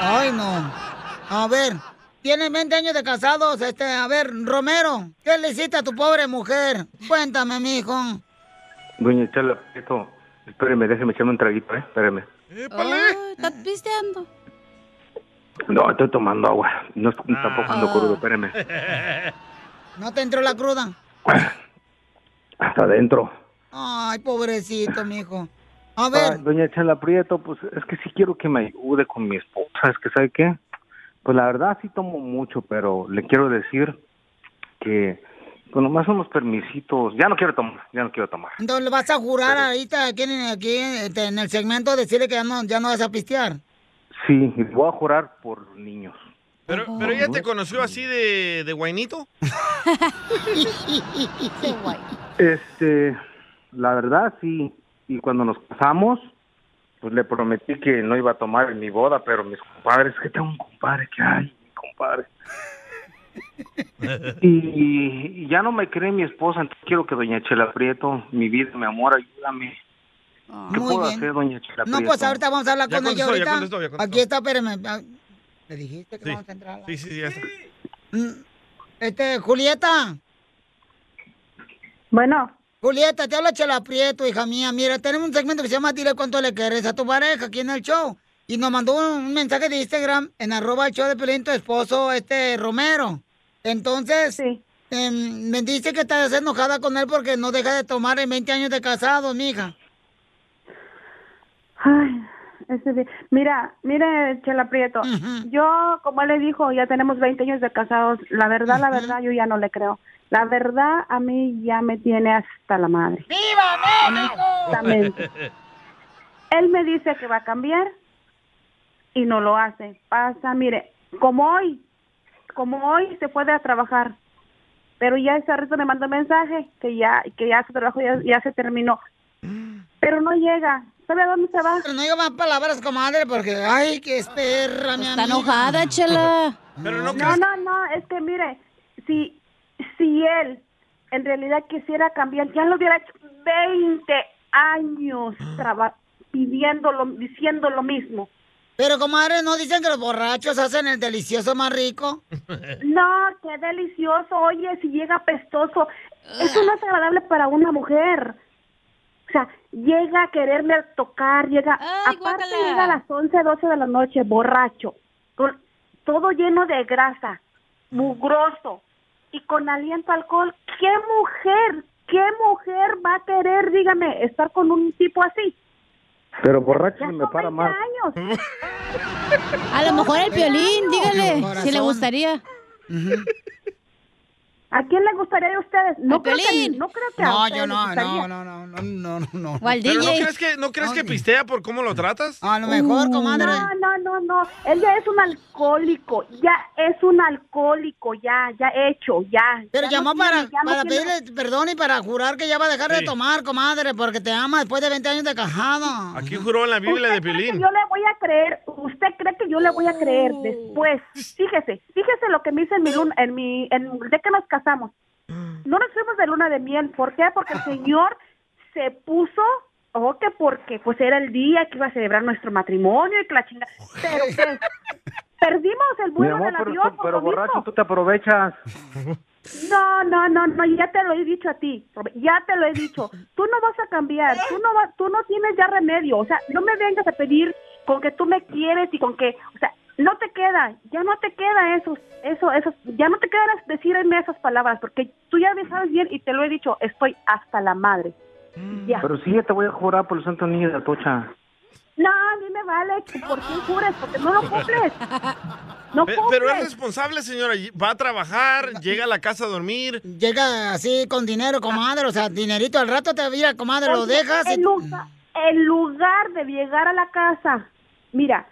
Speaker 1: Ay, no. A ver, tienen 20 años de casados. Este, a ver, Romero, ¿qué le hiciste a tu pobre mujer? Cuéntame, mijo.
Speaker 9: Doña Chela, esto, espéreme, déjeme echarme un traguito, ¿eh? Espéreme.
Speaker 2: Ay, estás pisteando.
Speaker 9: No, estoy tomando agua. No es- tampoco ando
Speaker 1: Ah.
Speaker 9: crudo, espéreme.
Speaker 1: ¿No te entró la cruda?
Speaker 9: Hasta adentro.
Speaker 1: Ay, pobrecito, mijo. A ver,
Speaker 9: Ay, doña Chela Prieto, pues es que sí quiero que me ayude con mi esposa. Es que, ¿sabe qué? Pues la verdad sí tomo mucho, pero le quiero decir que, pues nomás somos permisitos. Ya no quiero tomar, ya no quiero tomar.
Speaker 1: entonces le vas a jurar ahorita aquí, en- aquí este, en el segmento decirle que ya no, ya no vas a pistear.
Speaker 9: Sí, y voy a jurar por los niños.
Speaker 3: Pero, pero
Speaker 1: Oh.
Speaker 3: ella te conoció así de, de guainito.
Speaker 9: Este, la verdad sí. Y cuando nos casamos, pues le prometí que no iba a tomar en mi boda, pero mis compadres, que tengo un compadre que hay, mi compadre. Y, y ya no me cree mi esposa, entonces quiero que doña Chela Prieto, mi vida, mi amor, ayúdame.
Speaker 1: Muy
Speaker 9: ¿Qué puedo
Speaker 1: bien.
Speaker 9: hacer, doña Chela
Speaker 1: No,
Speaker 9: Prieto?
Speaker 1: pues ahorita vamos a hablar
Speaker 9: Ya
Speaker 1: con ella
Speaker 9: contestó, ya
Speaker 1: ahorita.
Speaker 9: contestó, ya contestó.
Speaker 1: Aquí está, espérame. Ah, ¿Le dijiste que
Speaker 3: Sí.
Speaker 1: vamos a entrar?
Speaker 3: Sí, sí, sí, ya está.
Speaker 1: Este, Julieta. Bueno. Julieta, te habla Chela Prieto, hija mía. Mira, tenemos un segmento que se llama Dile cuánto le quieres a tu pareja aquí en el show. Y nos mandó un un mensaje de Instagram en arroba el show de Pelín, tu esposo, este Romero. Entonces, em, me dice que estás enojada con él porque no deja de tomar en 20 años de casado, mija.
Speaker 11: Ay, ese de- Mira, mire, Chela Prieto, yo, como él le dijo, ya tenemos 20 años de casados. La verdad, la verdad, yo ya no le creo. La verdad, a mí ya me tiene hasta la madre.
Speaker 4: ¡Viva
Speaker 11: México! Él me dice que va a cambiar y no lo hace. Pasa, mire, como hoy, como hoy se puede a trabajar, pero ya ese rato me manda un mensaje que ya, que ya su trabajo ya, ya se terminó. Pero no llega. ¿Sabe a dónde se va?
Speaker 1: Pero no digo más palabras, comadre, porque, ay, que es perra, mi
Speaker 11: Está
Speaker 1: amiga.
Speaker 11: enojada, Chela.
Speaker 3: Pero
Speaker 11: no, no, no, es que mire, si, si él en realidad quisiera cambiar, ya lo hubiera hecho 20 años traba- pidiéndolo, diciendo lo mismo.
Speaker 1: Pero, comadre, ¿no dicen que los borrachos hacen el delicioso más rico?
Speaker 11: No, qué delicioso, oye, si llega apestoso, eso no es agradable para una mujer. O sea, llega a quererme tocar, llega, aparte
Speaker 4: guácala.
Speaker 11: llega a las 11, 12 de la noche, borracho, con todo lleno de grasa, mugroso y con aliento a alcohol. ¿Qué mujer, qué mujer va a querer, dígame, estar con un tipo así?
Speaker 9: Pero borracho ni me para más.
Speaker 11: Años.
Speaker 1: Mm.
Speaker 2: A lo mejor el piolín, dígale,
Speaker 11: Corazón.
Speaker 2: si le gustaría.
Speaker 11: ¿A quién le gustaría a ustedes? No creo que,
Speaker 2: Piolín.
Speaker 11: no creo que a
Speaker 1: No,
Speaker 11: ustedes
Speaker 1: yo
Speaker 11: les
Speaker 1: no,
Speaker 11: gustaría.
Speaker 1: no, no, no, no, no, no, no.
Speaker 3: ¿Pero no crees que, no crees que pistea por cómo lo tratas?
Speaker 1: A lo
Speaker 11: Uh, No, no, no, no. Él ya es un alcohólico. Ya es un alcohólico. Ya, ya hecho, ya.
Speaker 1: Pero
Speaker 11: Ya
Speaker 1: llamó
Speaker 11: no
Speaker 1: para,
Speaker 11: tiene- ya no
Speaker 1: para
Speaker 11: tiene-
Speaker 1: pedirle perdón y para jurar que ya va a dejar de tomar, comadre, porque te ama después de 20 años de cajado.
Speaker 3: Aquí juró en la Biblia de
Speaker 11: que
Speaker 3: Pilín.
Speaker 11: Yo le voy a creer. Usted cree que yo le voy a creer después. Fíjese, fíjese lo que me hizo en mi luna, en mi, en de que nos casamos. No nos fuimos de luna de miel. ¿Por qué? Porque el señor se puso, o que porque pues era el día que iba a celebrar nuestro matrimonio y que la chinga. Pero ¿qué? perdimos el
Speaker 9: Mi
Speaker 11: vuelo
Speaker 9: amor,
Speaker 11: del
Speaker 9: pero,
Speaker 11: avión.
Speaker 9: tú-
Speaker 11: por
Speaker 9: pero
Speaker 11: lo mismo.
Speaker 9: borracho tú te aprovechas.
Speaker 11: No, no, no, no, ya te lo he dicho a ti, Robert, ya te lo he dicho. Tú no vas a cambiar, tú no vas, tú no tienes ya remedio, o sea, no me vengas a pedir con que tú me quieres y con que, o sea, no te queda, ya no te queda eso, eso, eso, ya no te queda decirme esas palabras, porque tú ya me sabes bien y te lo he dicho, estoy hasta la madre. Ya.
Speaker 9: Pero sí, ya te voy a jurar por el santo niño de Atocha.
Speaker 11: No, a mí me vale, que ¿por qué juras? Porque no lo cumples. No
Speaker 3: Pe-
Speaker 11: cumples.
Speaker 3: Pero es responsable, señora. y- Va a trabajar, llega a la casa a dormir.
Speaker 1: Llega así con dinero, comadre, o sea, dinerito al rato te mira, comadre, lo
Speaker 11: Oye,
Speaker 1: dejas. y-
Speaker 11: En lugar, en lugar de llegar a la casa, mira,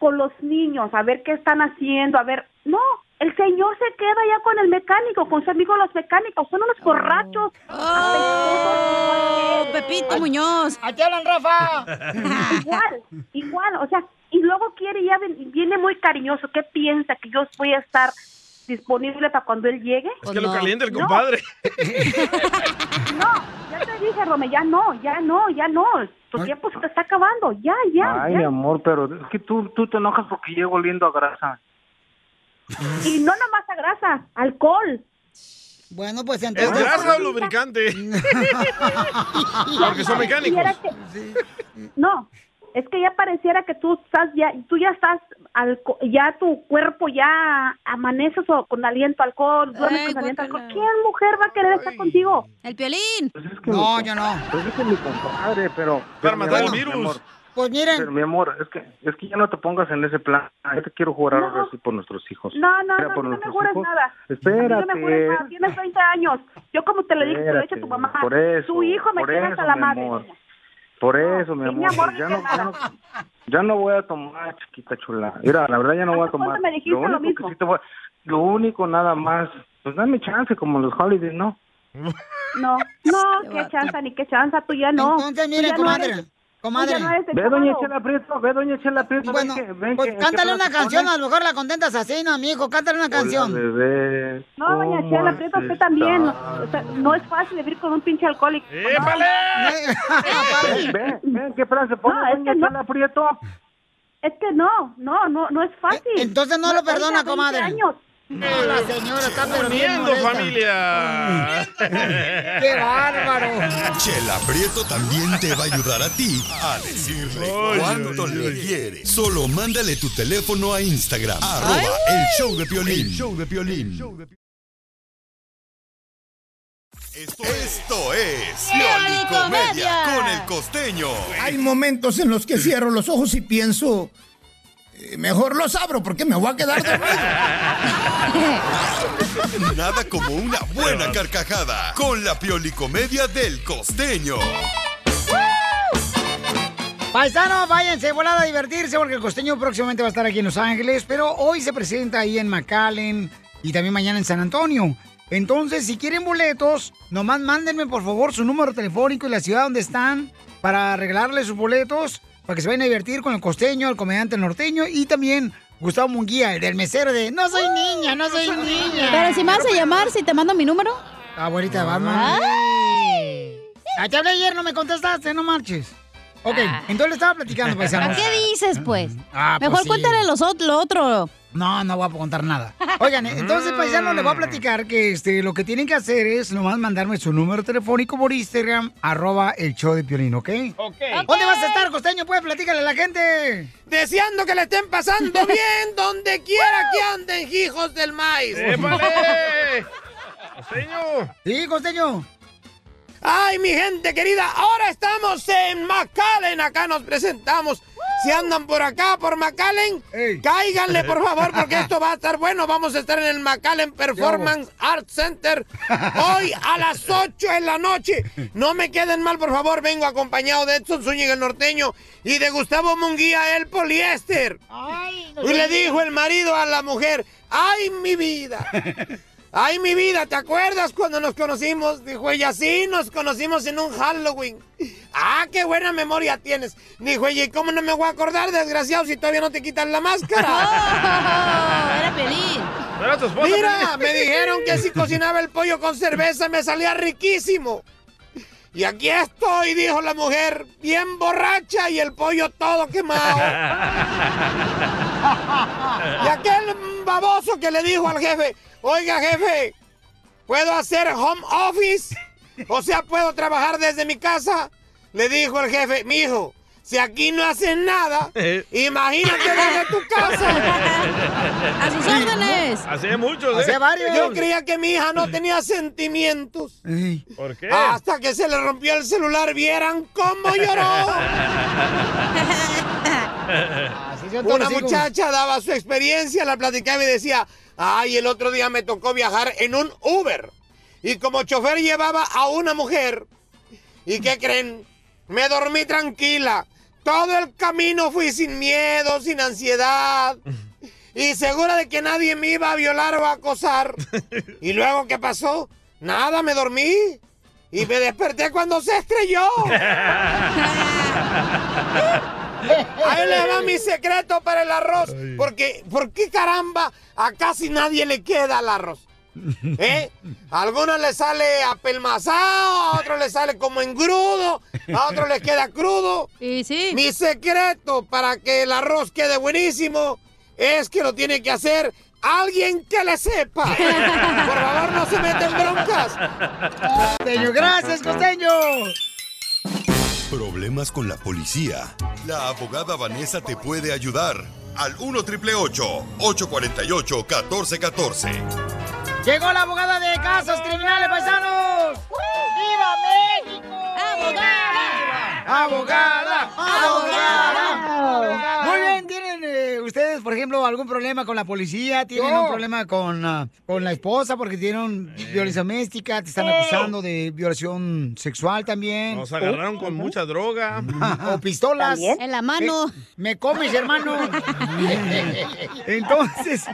Speaker 11: con los niños, a ver qué están haciendo, a ver. No, el señor se queda ya con el mecánico, con su amigo los mecánicos, son unos borrachos.
Speaker 2: Pepito Muñoz.
Speaker 1: ¡Aquí hablan, Rafa!
Speaker 11: igual, igual, o sea, y luego quiere y ya ven- viene muy cariñoso. ¿Qué piensa? ¿Que yo voy a estar disponible para cuando él llegue?
Speaker 3: Es que lo calienta el
Speaker 11: No.
Speaker 3: compadre.
Speaker 11: Ya te dije, Rome, ya no, ya no, ya no. Tu tiempo se te está acabando, ya, ya.
Speaker 9: Ay,
Speaker 11: ya.
Speaker 9: amor, pero es que tú, tú te enojas porque llego oliendo a grasa.
Speaker 11: Y no nomás a grasa, alcohol.
Speaker 1: Bueno, pues
Speaker 3: ¿Es
Speaker 1: entonces.
Speaker 3: grasa o lubricante? Porque son mecánicos.
Speaker 11: Pareciera que- No, es que ya pareciera que tú estás ya, tú ya estás, alco- ya tu cuerpo ya amaneces o- con aliento a alcohol, duermes
Speaker 2: Ay,
Speaker 11: con aliento a alcohol.
Speaker 2: guácala.
Speaker 11: ¿Quién mujer va a querer estar contigo?
Speaker 2: El piolín.
Speaker 9: No,
Speaker 1: yo no.
Speaker 9: Pues es que mi compadre, pero... Para
Speaker 3: matar el virus.
Speaker 1: Pues miren.
Speaker 9: Pero mi amor, es que, es que ya no te pongas en ese plan. Yo te quiero jurar ahora sí por nuestros hijos.
Speaker 11: No, no,
Speaker 9: Mira,
Speaker 11: no,
Speaker 9: por
Speaker 11: no me
Speaker 9: nuestros
Speaker 11: jures
Speaker 9: hijos.
Speaker 11: nada.
Speaker 9: Espérate.
Speaker 11: No me jures nada, tienes 20 años. Yo como te lo dije, te lo he dicho a tu mamá.
Speaker 9: Espérate, por eso,
Speaker 11: tu hijo me
Speaker 9: por
Speaker 11: tiene
Speaker 9: eso,
Speaker 11: hasta la
Speaker 9: mi
Speaker 11: madre.
Speaker 9: amor. Por eso, mi
Speaker 11: Sí, mi
Speaker 9: amor,
Speaker 11: amor,
Speaker 9: ya,
Speaker 11: no
Speaker 9: no,
Speaker 11: digas
Speaker 9: ya, no,
Speaker 11: nada.
Speaker 9: ya no voy a tomar, chiquita chula. Mira, la verdad ya no voy a tomar.
Speaker 11: me dijiste lo
Speaker 9: único que
Speaker 11: mismo?
Speaker 9: sí te voy a- lo único nada más, pues dame chance como los holidays, ¿no?
Speaker 11: No, no, qué chanza, ni qué chanza, tú ya no.
Speaker 1: Este Entonces,
Speaker 11: Tú
Speaker 1: mire,
Speaker 11: ya no
Speaker 1: comadre.
Speaker 11: eres-
Speaker 1: Comadre.
Speaker 9: Ve, doña Chela Prieto, ve, doña Chela Prieto.
Speaker 1: Bueno,
Speaker 9: ven que- ven
Speaker 1: pues
Speaker 9: que-
Speaker 1: cántale
Speaker 9: que
Speaker 1: una
Speaker 9: platicó,
Speaker 1: canción,
Speaker 9: ¿no?
Speaker 1: a lo mejor la contentas así, ¿no, mijo? Cántale una canción.
Speaker 9: Hola, bebé.
Speaker 11: No, doña
Speaker 9: ¿cómo
Speaker 11: Chela
Speaker 9: has
Speaker 11: Prieto, usted también.
Speaker 9: estado?
Speaker 11: O sea, no es fácil vivir con un pinche alcohólico.
Speaker 9: Ven, ven, ven, ¿qué frase pone,
Speaker 11: No, es
Speaker 9: doña
Speaker 11: que no.
Speaker 9: Chela Prieto?
Speaker 11: Es que no, no, no, no es fácil. Entonces
Speaker 1: no lo perdona, comadre.
Speaker 11: No,
Speaker 1: la señora está
Speaker 3: Poniendo familia.
Speaker 1: ¡Qué bárbaro!
Speaker 7: Chela Prieto también te va a ayudar a ti a decirle cuánto le quiere. Solo mándale tu teléfono a Instagram. Arroba el show de Piolín. show de Piolín. Esto es Pioli Comedia con el costeño.
Speaker 27: Hay momentos en los que cierro los ojos y pienso, eh, mejor los abro porque me voy a quedar dormido.
Speaker 7: Nada como una buena carcajada con la Pioli Comedia del costeño.
Speaker 1: Paisano, váyanse volada a divertirse porque el costeño próximamente va a estar aquí en Los Ángeles, pero hoy se presenta ahí en McAllen y también mañana en San Antonio. Entonces, si quieren boletos, nomás mándenme por favor su número telefónico y la ciudad donde están para regalarles sus boletos para que se vayan a divertir con el costeño, el comediante norteño y también Gustavo Munguía, el del mesero de No soy niña, no soy niña.
Speaker 2: Pero si me vas a llamar, si te mando mi número.
Speaker 1: Abuelita de Batman. Ah, Te hablé ayer, no me contestaste, no marches. Ok, entonces le estaba platicando,
Speaker 2: ¿Para
Speaker 1: paisanos.
Speaker 2: Ah. qué dices, pues?
Speaker 1: Ah, pues
Speaker 2: Mejor
Speaker 1: sí.
Speaker 2: cuéntale los ot- lo otro.
Speaker 1: No, no voy a contar nada. Oigan, entonces, paisano, le voy a platicar que este, lo que tienen que hacer es nomás mandarme su número telefónico por Instagram, arroba el show de Piolín, ¿ok? ¿Dónde vas a estar, costeño? Pues platícale a la gente.
Speaker 12: Deseando que le estén pasando bien donde quiera que anden, hijos del maíz.
Speaker 1: ¡Épale!
Speaker 12: ¡Costeño!
Speaker 1: Sí, costeño.
Speaker 12: Ay, mi gente querida, ahora estamos en McAllen. Acá nos presentamos. Si andan por acá, por McAllen, cáiganle, por favor, porque esto va a estar bueno. Vamos a estar en el McAllen Performance Art Center hoy a las 8 en la noche. No me queden mal, por favor. Vengo acompañado de Edson Zúñiga, el norteño, y de Gustavo Munguía, el poliéster. Y le dijo el marido a la mujer, ay mi vida, ay mi vida, ¿te acuerdas cuando nos conocimos? Dijo ella, sí, nos conocimos en un Halloween. Ah, qué buena memoria tienes. Dijo ella, ¿y cómo no me voy a acordar, desgraciado, si todavía no te quitan la máscara? era feliz.
Speaker 3: Era tu esposa,
Speaker 12: Mira,
Speaker 3: Pelín.
Speaker 12: me dijeron que si cocinaba el pollo con cerveza me salía riquísimo. Y aquí estoy, dijo la mujer, bien borracha y el pollo todo quemado. Y aquel baboso que le dijo al jefe, oiga jefe, ¿puedo hacer home office? O sea, ¿puedo trabajar desde mi casa? Le dijo el jefe, mijo, si aquí no haces nada,
Speaker 3: Eh,
Speaker 12: imagínate desde tu casa.
Speaker 3: A sus órdenes. Hacía muchos, ¿eh? Hacía varios.
Speaker 12: Yo creía que mi hija no tenía sentimientos.
Speaker 3: ¿Por qué?
Speaker 12: Hasta que se le rompió el celular, vieran cómo lloró.
Speaker 1: todos
Speaker 12: Una
Speaker 1: los hijos.
Speaker 12: muchacha daba su experiencia, la platicaba y decía, ay, el otro día me tocó viajar en un Uber. Y como chofer llevaba a una mujer. ¿Y qué creen? Me dormí tranquila. Todo el camino fui sin miedo, sin ansiedad. Y segura de que nadie me iba a violar o a acosar. ¿Y luego qué pasó? Nada, me dormí. Y me desperté cuando se estrelló. Ahí le va mi secreto para el arroz. Porque, ¿por qué caramba a casi nadie le queda el arroz? ¿Eh? A algunos le sale apelmazado, a otros le sale como engrudo, a otros les queda crudo. Y sí. Mi secreto para que el arroz quede buenísimo es que lo tiene que hacer alguien que le sepa. Por favor, no se meten broncas.
Speaker 1: Costeño, gracias, costeño.
Speaker 7: Problemas con la policía. La abogada Vanessa te puede ayudar. Al 1 triple 848 1414.
Speaker 1: Llegó la abogada de casos criminales, paisanos. ¡Viva México! ¡Abogada! ¡Abogada! Muy bien, ¿tienen eh, ustedes, por ejemplo, algún problema con la policía? ¿Tienen
Speaker 4: Yo.
Speaker 1: un problema con, ah, con la esposa porque tienen violencia doméstica? ¿Te están
Speaker 3: Oh.
Speaker 1: acusando de violación sexual también?
Speaker 3: Nos agarraron con mucha droga.
Speaker 1: O pistolas.
Speaker 3: También. En la mano.
Speaker 1: Eh, me comes, hermano. Entonces,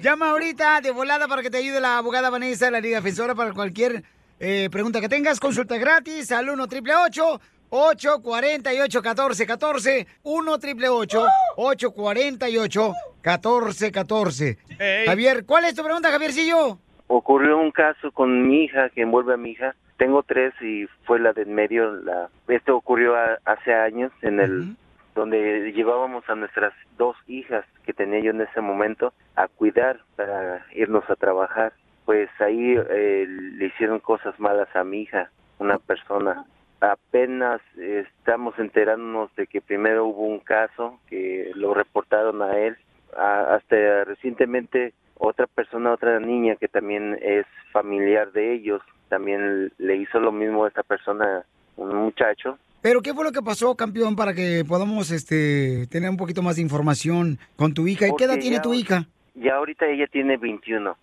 Speaker 1: llama ahorita de volada para que te ayude la abogada Vanessa, la Liga Defensora, para cualquier eh, pregunta que tengas, consulta gratis al 1 888 848 1414 1 888 848 1414 Javier, ¿cuál es tu pregunta, Javiercillo?
Speaker 20: Ocurrió un caso con mi hija que envuelve a mi hija. Tengo tres y fue la del medio. La... Esto ocurrió a- hace años en el donde llevábamos a nuestras dos hijas que tenía yo en ese momento a cuidar para irnos a trabajar. Pues ahí eh, le hicieron cosas malas a mi hija, una persona. Apenas eh, estamos enterándonos de que primero hubo un caso que lo reportaron a él. A- hasta recientemente otra persona, otra niña que también es familiar de ellos, también le hizo lo mismo a esta persona, un muchacho,
Speaker 1: Pero, ¿qué fue lo que pasó, campeón, para que podamos este, tener un poquito más de información con tu hija? ¿Y qué edad
Speaker 20: Porque
Speaker 1: tiene
Speaker 20: ya-
Speaker 1: tu hija?
Speaker 20: Ya ahorita ella tiene 21.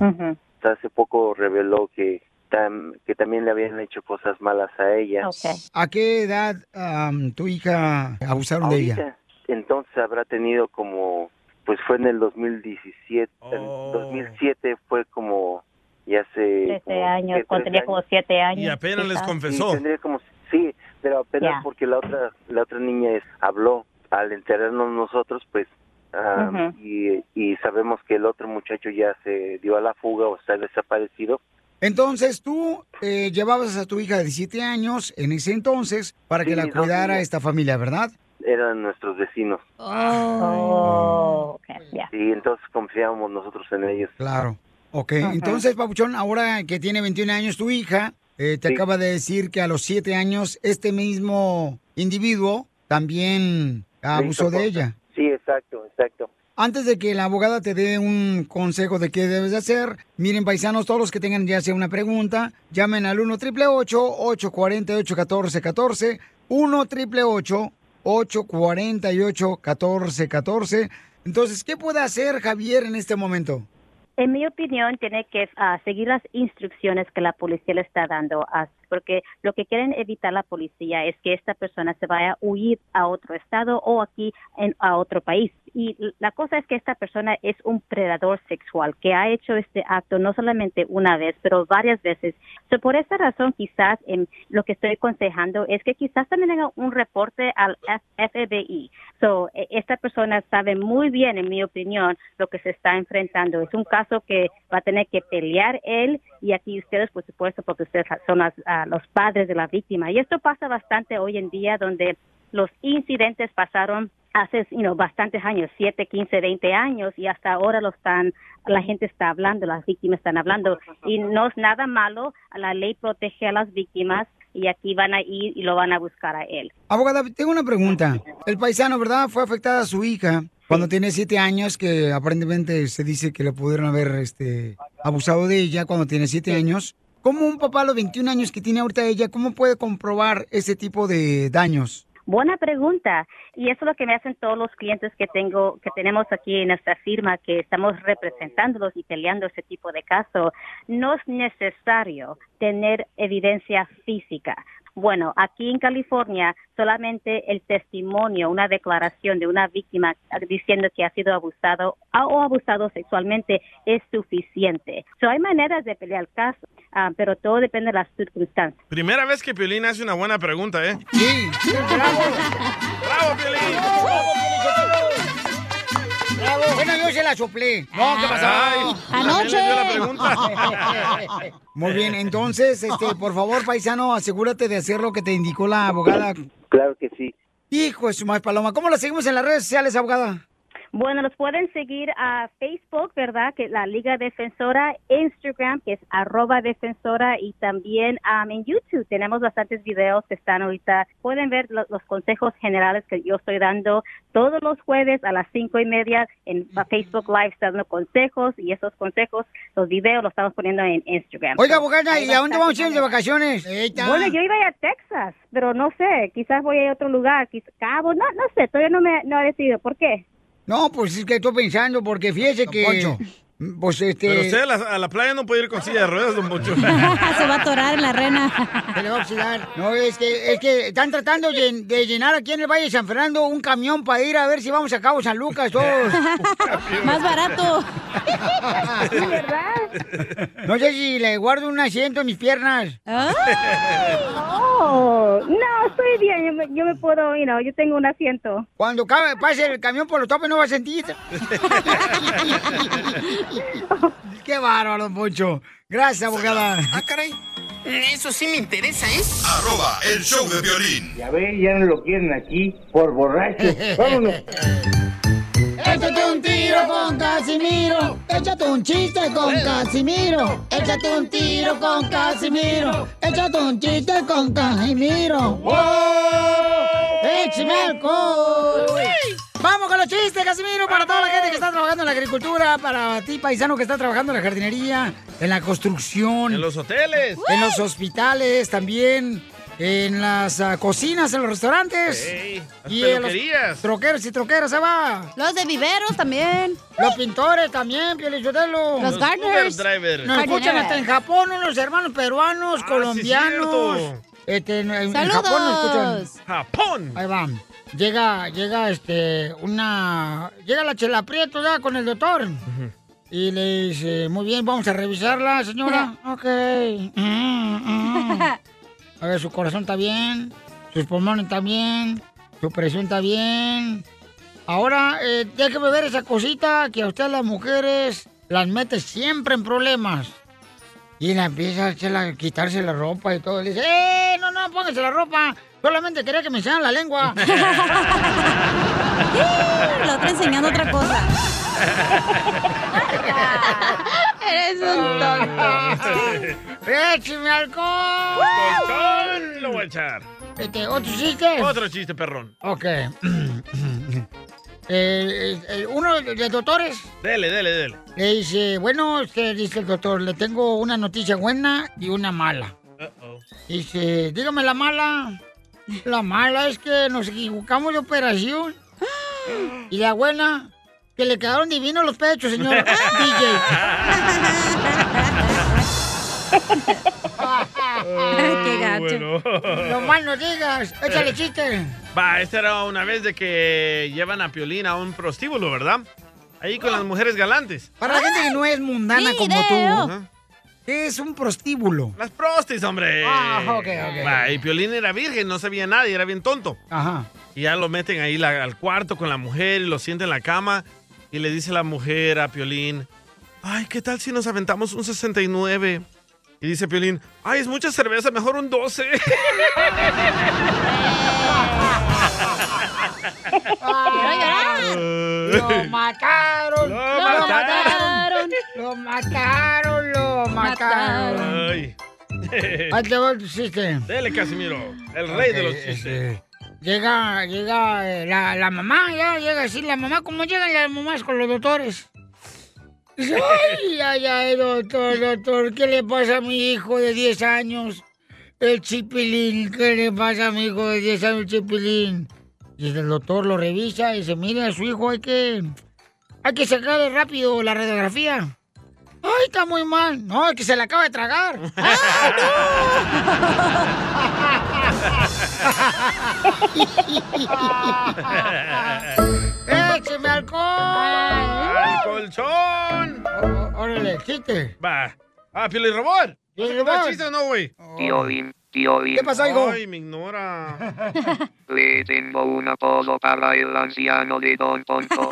Speaker 20: Hasta Hace poco reveló que, tam- que también le habían hecho cosas malas a ella.
Speaker 1: ¿A qué edad am, tu hija abusaron de
Speaker 20: Ahorita,
Speaker 1: ella?
Speaker 20: entonces habrá tenido como, pues fue en el 2017, en
Speaker 28: Oh.
Speaker 20: 2007 fue como, ya hace...
Speaker 28: Trece años, cuando tenía como siete años. Y apenas les confesó.
Speaker 20: Sí, tendría como, sí pero apenas
Speaker 28: Ya.
Speaker 20: porque la otra, la otra niña es- habló, al enterarnos nosotros, pues... ah,
Speaker 28: Ujú.
Speaker 20: y, y sabemos que el otro muchacho ya se dio a la fuga o está desaparecido,
Speaker 1: Entonces, tú eh, llevabas a tu hija de 17 años en ese entonces para que
Speaker 20: Sí,
Speaker 1: la
Speaker 20: dos
Speaker 1: cuidara
Speaker 20: niñas.
Speaker 1: esta familia, ¿verdad?
Speaker 20: eran nuestros vecinos. Y entonces confiábamos nosotros en ellos.
Speaker 1: Claro. Ok, entonces, Papuchón, ahora que tiene 21 años tu hija, eh, te
Speaker 20: Sí.
Speaker 1: acaba de decir que a los 7 años este mismo individuo también abusó de ella.
Speaker 20: Sí, exacto, exacto.
Speaker 1: Antes de que la abogada te dé un consejo de qué debes de hacer, miren paisanos, todos los que tengan ya sea una pregunta, llamen al 1 888 848 1414 1 888 848 1414 Entonces, ¿qué puede hacer Javier en este momento?
Speaker 28: En mi opinión, tiene que ah, seguir las instrucciones que la policía le está dando, ah, porque lo que quieren evitar la policía es que esta persona se vaya a huir a otro estado o aquí en, a otro país. Y la cosa es que esta persona es un predador sexual que ha hecho este acto no solamente una vez, pero varias veces. So, por esa razón, quizás em, lo que estoy aconsejando es que quizás también haga un reporte al F- FBI. So, e- esta persona sabe muy bien, en mi opinión, lo que se está enfrentando. Es un caso que va a tener que pelear él y aquí ustedes, por supuesto, porque ustedes son las- ah, los padres de la víctima. Y esto pasa bastante hoy en día donde los incidentes pasaron hace you know, bastantes años, 7, 15, 20 años y hasta ahora lo están, la gente está hablando, las víctimas están hablando y no es nada malo, la ley protege a las víctimas y aquí van a ir y lo van a buscar a él.
Speaker 1: Abogada, tengo una pregunta. El paisano, ¿verdad? Fue afectada a su hija cuando tiene siete años, que aparentemente se dice que le pudieron haber este, abusado de ella cuando tiene siete años. ¿Cómo un papá a los 21 años que tiene ahorita ella, cómo puede comprobar ese tipo de daños?
Speaker 28: Buena pregunta. Y eso es lo que me hacen todos los clientes que tengo, que tenemos aquí en nuestra firma, que estamos representándolos y peleando ese tipo de caso. No es necesario tener evidencia física. Bueno, aquí en California solamente el testimonio, una declaración de una víctima diciendo que ha sido abusado a- o abusado sexualmente es suficiente. So, hay maneras de pelear el caso, ah, pero todo depende de las circunstancias.
Speaker 3: Primera vez que Piolín hace una buena pregunta, ¿eh?
Speaker 1: Sí.
Speaker 3: ¡Bravo, Piolín!
Speaker 1: Bueno, yo se la soplé. No, Oh,
Speaker 6: Ah.
Speaker 1: ¿qué pasó?
Speaker 3: Ay, Anoche. también
Speaker 1: Muy bien, entonces, este, por favor, paisano, asegúrate de hacer lo que te indicó la abogada.
Speaker 20: Claro que sí.
Speaker 1: Hijo de su madre paloma, ¿cómo la seguimos en las redes sociales, abogada?
Speaker 28: Bueno, los pueden seguir a Facebook, ¿verdad? Que es la Liga Defensora, Instagram, que es arroba defensora, y también am, en YouTube tenemos bastantes videos que están ahorita. Pueden ver lo- los consejos generales que yo estoy dando todos los jueves a las cinco y media en Facebook Live, están dando consejos y esos consejos, los videos los estamos poniendo en Instagram.
Speaker 1: Oiga,
Speaker 28: So,
Speaker 1: abogada,
Speaker 28: ahí
Speaker 1: ¿y a dónde
Speaker 28: bastante
Speaker 1: vamos a ir de
Speaker 28: manera.
Speaker 1: vacaciones?
Speaker 28: Bueno, yo iba a ir a Texas, pero no sé, quizás voy a ir a otro lugar, quizás Cabo, no, no sé, todavía no me no he decidido. ¿Por qué?
Speaker 1: No, pues es que estoy pensando, porque fíjese que Pues este.
Speaker 3: Pero usted a la, a la playa no puede ir con silla de ruedas, don Poncho.
Speaker 4: Se va a atorar en la rena.
Speaker 1: Se le va a oxidar. No, es que, es que están tratando llen- de llenar aquí en el Valle de San Fernando un camión para ir a ver si vamos a Cabo San Lucas todos.
Speaker 4: Más barato.
Speaker 1: Sí, ¿verdad? No sé si le guardo un asiento en mis piernas.
Speaker 29: Oh, Ah. no, estoy bien. Yo me, yo me puedo, you know, yo tengo un asiento.
Speaker 1: Cuando cabe- pase el camión por los topes no va a sentir. Qué bárbaro, don Poncho. Gracias, abogada.
Speaker 6: Ah, caray. Eso sí me interesa, ¿eh? ¿es?
Speaker 30: Arroba el show de violín.
Speaker 9: Ya ve, ya no lo quieren aquí por borracho. Vámonos.
Speaker 31: Échate un tiro con Casimiro. Échate un chiste con Casimiro. Échate un tiro con Casimiro. Échate un chiste con Casimiro. ¡Wow!
Speaker 1: ¡Échame alcohol! Vamos con los chistes, Casimiro, para toda la gente que está trabajando en la agricultura, para ti, paisano, que está trabajando en la jardinería, en la construcción.
Speaker 3: En los hoteles.
Speaker 1: En los hospitales también, en las ah, cocinas, en los restaurantes.
Speaker 3: Ey, las
Speaker 1: en
Speaker 3: peluquerías.
Speaker 1: troqueros y troqueras, se va.
Speaker 4: Los de viveros también.
Speaker 1: Los pintores también, Pielichotelo.
Speaker 4: Los Los gardeners. Uber drivers.
Speaker 1: Nos escuchan
Speaker 4: Jardineras.
Speaker 1: hasta en Japón, unos hermanos peruanos, colombianos. Este, en, en
Speaker 4: ¡Saludos!
Speaker 1: Japón nos escuchan. ¡Japón! Ahí va. Llega, llega este, una. Llega la chela Prieto ya con el doctor. Y le dice, muy bien, vamos a revisarla, Ah, señora. ok. Mm, mm. A ver, su corazón está bien, sus pulmones están bien, su presión está bien. Ahora, eh, déjeme ver esa cosita que a usted las mujeres las mete siempre en problemas. Y la empieza a hacerla- a quitarse la ropa y todo. Le dice, ¡eh! No, no, póngase la ropa. Solamente quería que me enseñaran la lengua.
Speaker 4: La otra enseñando otra cosa.
Speaker 1: Eres un tonto. ¡Écheme alcohol!
Speaker 3: ¡Colchón! Lo voy a echar.
Speaker 1: Este, ¿Otro chiste?
Speaker 3: Otro chiste, perrón.
Speaker 1: Ok. Eh, eh, eh, uno de los doctores
Speaker 3: Dele, dele, dele.
Speaker 1: le dice, bueno, este, dice el doctor, le tengo una noticia buena y una mala. Dice, dígame la mala. La mala es que nos equivocamos de operación. Y la buena, que le quedaron divinos los pechos, señor
Speaker 4: Ah.
Speaker 1: DJ.
Speaker 3: Qué gacho.
Speaker 1: No mal no digas, échale chiste.
Speaker 3: Va, esta era una vez de que llevan a Piolín a un prostíbulo, ¿verdad? Ahí con las mujeres galantes.
Speaker 1: Para la gente que no es mundana como tú,
Speaker 3: Video.
Speaker 1: ¿qué es un prostíbulo?
Speaker 3: Las prostis, hombre.
Speaker 1: Ah, ok, ok.
Speaker 3: Va, y Piolín era virgen, no sabía nada y era bien tonto.
Speaker 1: Ajá.
Speaker 3: Y ya lo meten ahí la- al cuarto con la mujer y lo sienten en la cama. Y le dice la mujer a Piolín, ay, ¿qué tal si nos aventamos un 69? Y dice Piolín, ay, es mucha cerveza, mejor un 12.
Speaker 1: Lo mataron, lo, mataron, lo mataron, lo mataron.
Speaker 3: Ay.
Speaker 1: Ahí te este, va el chiste.
Speaker 3: Dele, Casimiro, el rey de los
Speaker 1: Ok, este,
Speaker 3: chistes.
Speaker 1: Llega, llega eh, la, la mamá, ya llega así la mamá, como llegan las mamás con los doctores. Dice, ay, ay, ay, doctor, doctor, ¿qué le pasa a mi hijo de 10 años? El chipilín, ¿qué le pasa a mi hijo de 10 años, el chipilín? Y el doctor lo revisa y dice, mire, a su hijo hay que, hay que sacarle rápido la radiografía. Ay, está muy mal. No, es que se la acaba de tragar. ¡Ay, ¡Écheme alcohol!
Speaker 3: ¡Al colchón!
Speaker 1: ¡Órale, chiste!
Speaker 3: Va. Ah, Piolín Robot.
Speaker 1: ¿Piolín
Speaker 3: ¿No
Speaker 1: Robot?
Speaker 3: chiste o no, güey?
Speaker 1: Oh.
Speaker 18: Tío Bim, tío Bim.
Speaker 3: Ay, me ignora.
Speaker 18: Le tengo un apodo para el anciano de Don Poncho.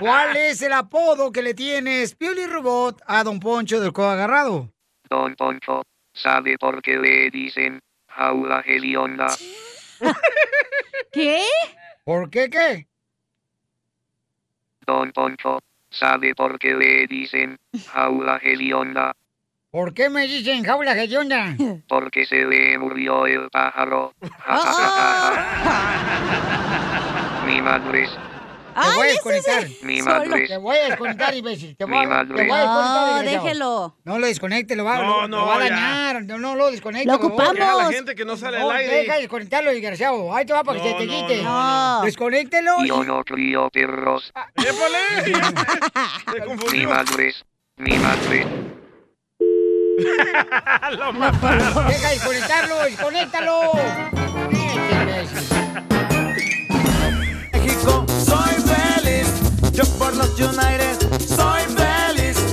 Speaker 1: ¿Cuál es el apodo que le tienes, Pioli Robot, a Don Poncho del Codo Agarrado?
Speaker 18: Don Poncho, ¿sabe por qué le dicen jaula hedionda?
Speaker 1: ¿Qué? ¿Por qué qué?
Speaker 18: Don Poncho, ¿sabe por qué le dicen jaula hedionda?
Speaker 1: ¿Por qué me dicen jaula gedionda?
Speaker 18: Porque se le murió el pájaro. Mi madre,
Speaker 1: Te voy a desconectar.
Speaker 18: Mi madre.
Speaker 1: Te voy a desconectar, imbécil. Te voy,
Speaker 18: Mi
Speaker 1: a-
Speaker 18: madre.
Speaker 1: te voy a desconectar.
Speaker 2: No,
Speaker 1: desgraciado.
Speaker 2: déjelo.
Speaker 1: No lo desconecte, lo va,
Speaker 3: No,
Speaker 1: lo,
Speaker 3: no,
Speaker 1: lo va a
Speaker 3: ya.
Speaker 1: dañar. No, no, lo desconecte.
Speaker 2: Lo
Speaker 1: por favor.
Speaker 2: ocupamos. Deja a la
Speaker 3: gente que no sale
Speaker 1: No,
Speaker 3: al aire.
Speaker 1: Deja de desconectarlo, desgraciado. Ahí te va para que se te quite. Desconéctelo. y-
Speaker 18: Yo no crío perros. Mi madre. Mi madre.
Speaker 1: Deja de desconectarlo, desconéctalo.
Speaker 6: México, soy feliz. Yo por los United, soy feliz.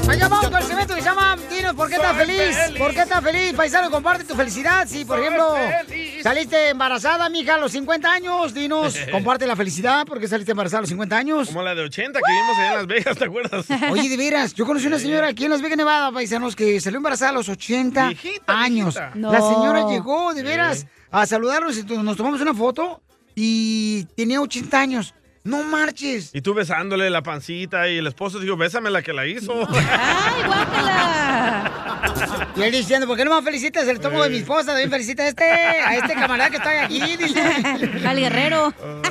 Speaker 1: Allá vamos con el segmento que se llama Dinos, ¿por qué estás
Speaker 6: Soy
Speaker 1: feliz?
Speaker 6: feliz.
Speaker 1: ¿Por qué estás feliz? Paisano, comparte tu felicidad. Si, por
Speaker 6: Soy
Speaker 1: ejemplo,
Speaker 6: feliz.
Speaker 1: saliste embarazada, mija, a los 50 años, dinos, comparte la felicidad, ¿por qué saliste embarazada a los 50 años?
Speaker 3: Como la de 80 que vimos allá en Las Vegas, ¿te acuerdas?
Speaker 1: Oye, de veras, yo conocí una señora aquí en Las Vegas, Nevada, paisanos, que salió embarazada a los 80 años.
Speaker 32: No.
Speaker 1: La señora llegó, de veras, a saludarnos y tu- nos tomamos una foto y tenía 80 años. No marches.
Speaker 3: Y tú besándole la pancita y el esposo dijo, bésame la que la hizo.
Speaker 1: Y él diciendo, ¿por qué no me felicitas el tomo de mi esposa? También felicita a este, a este camarada que está aquí, dice.
Speaker 2: Al guerrero.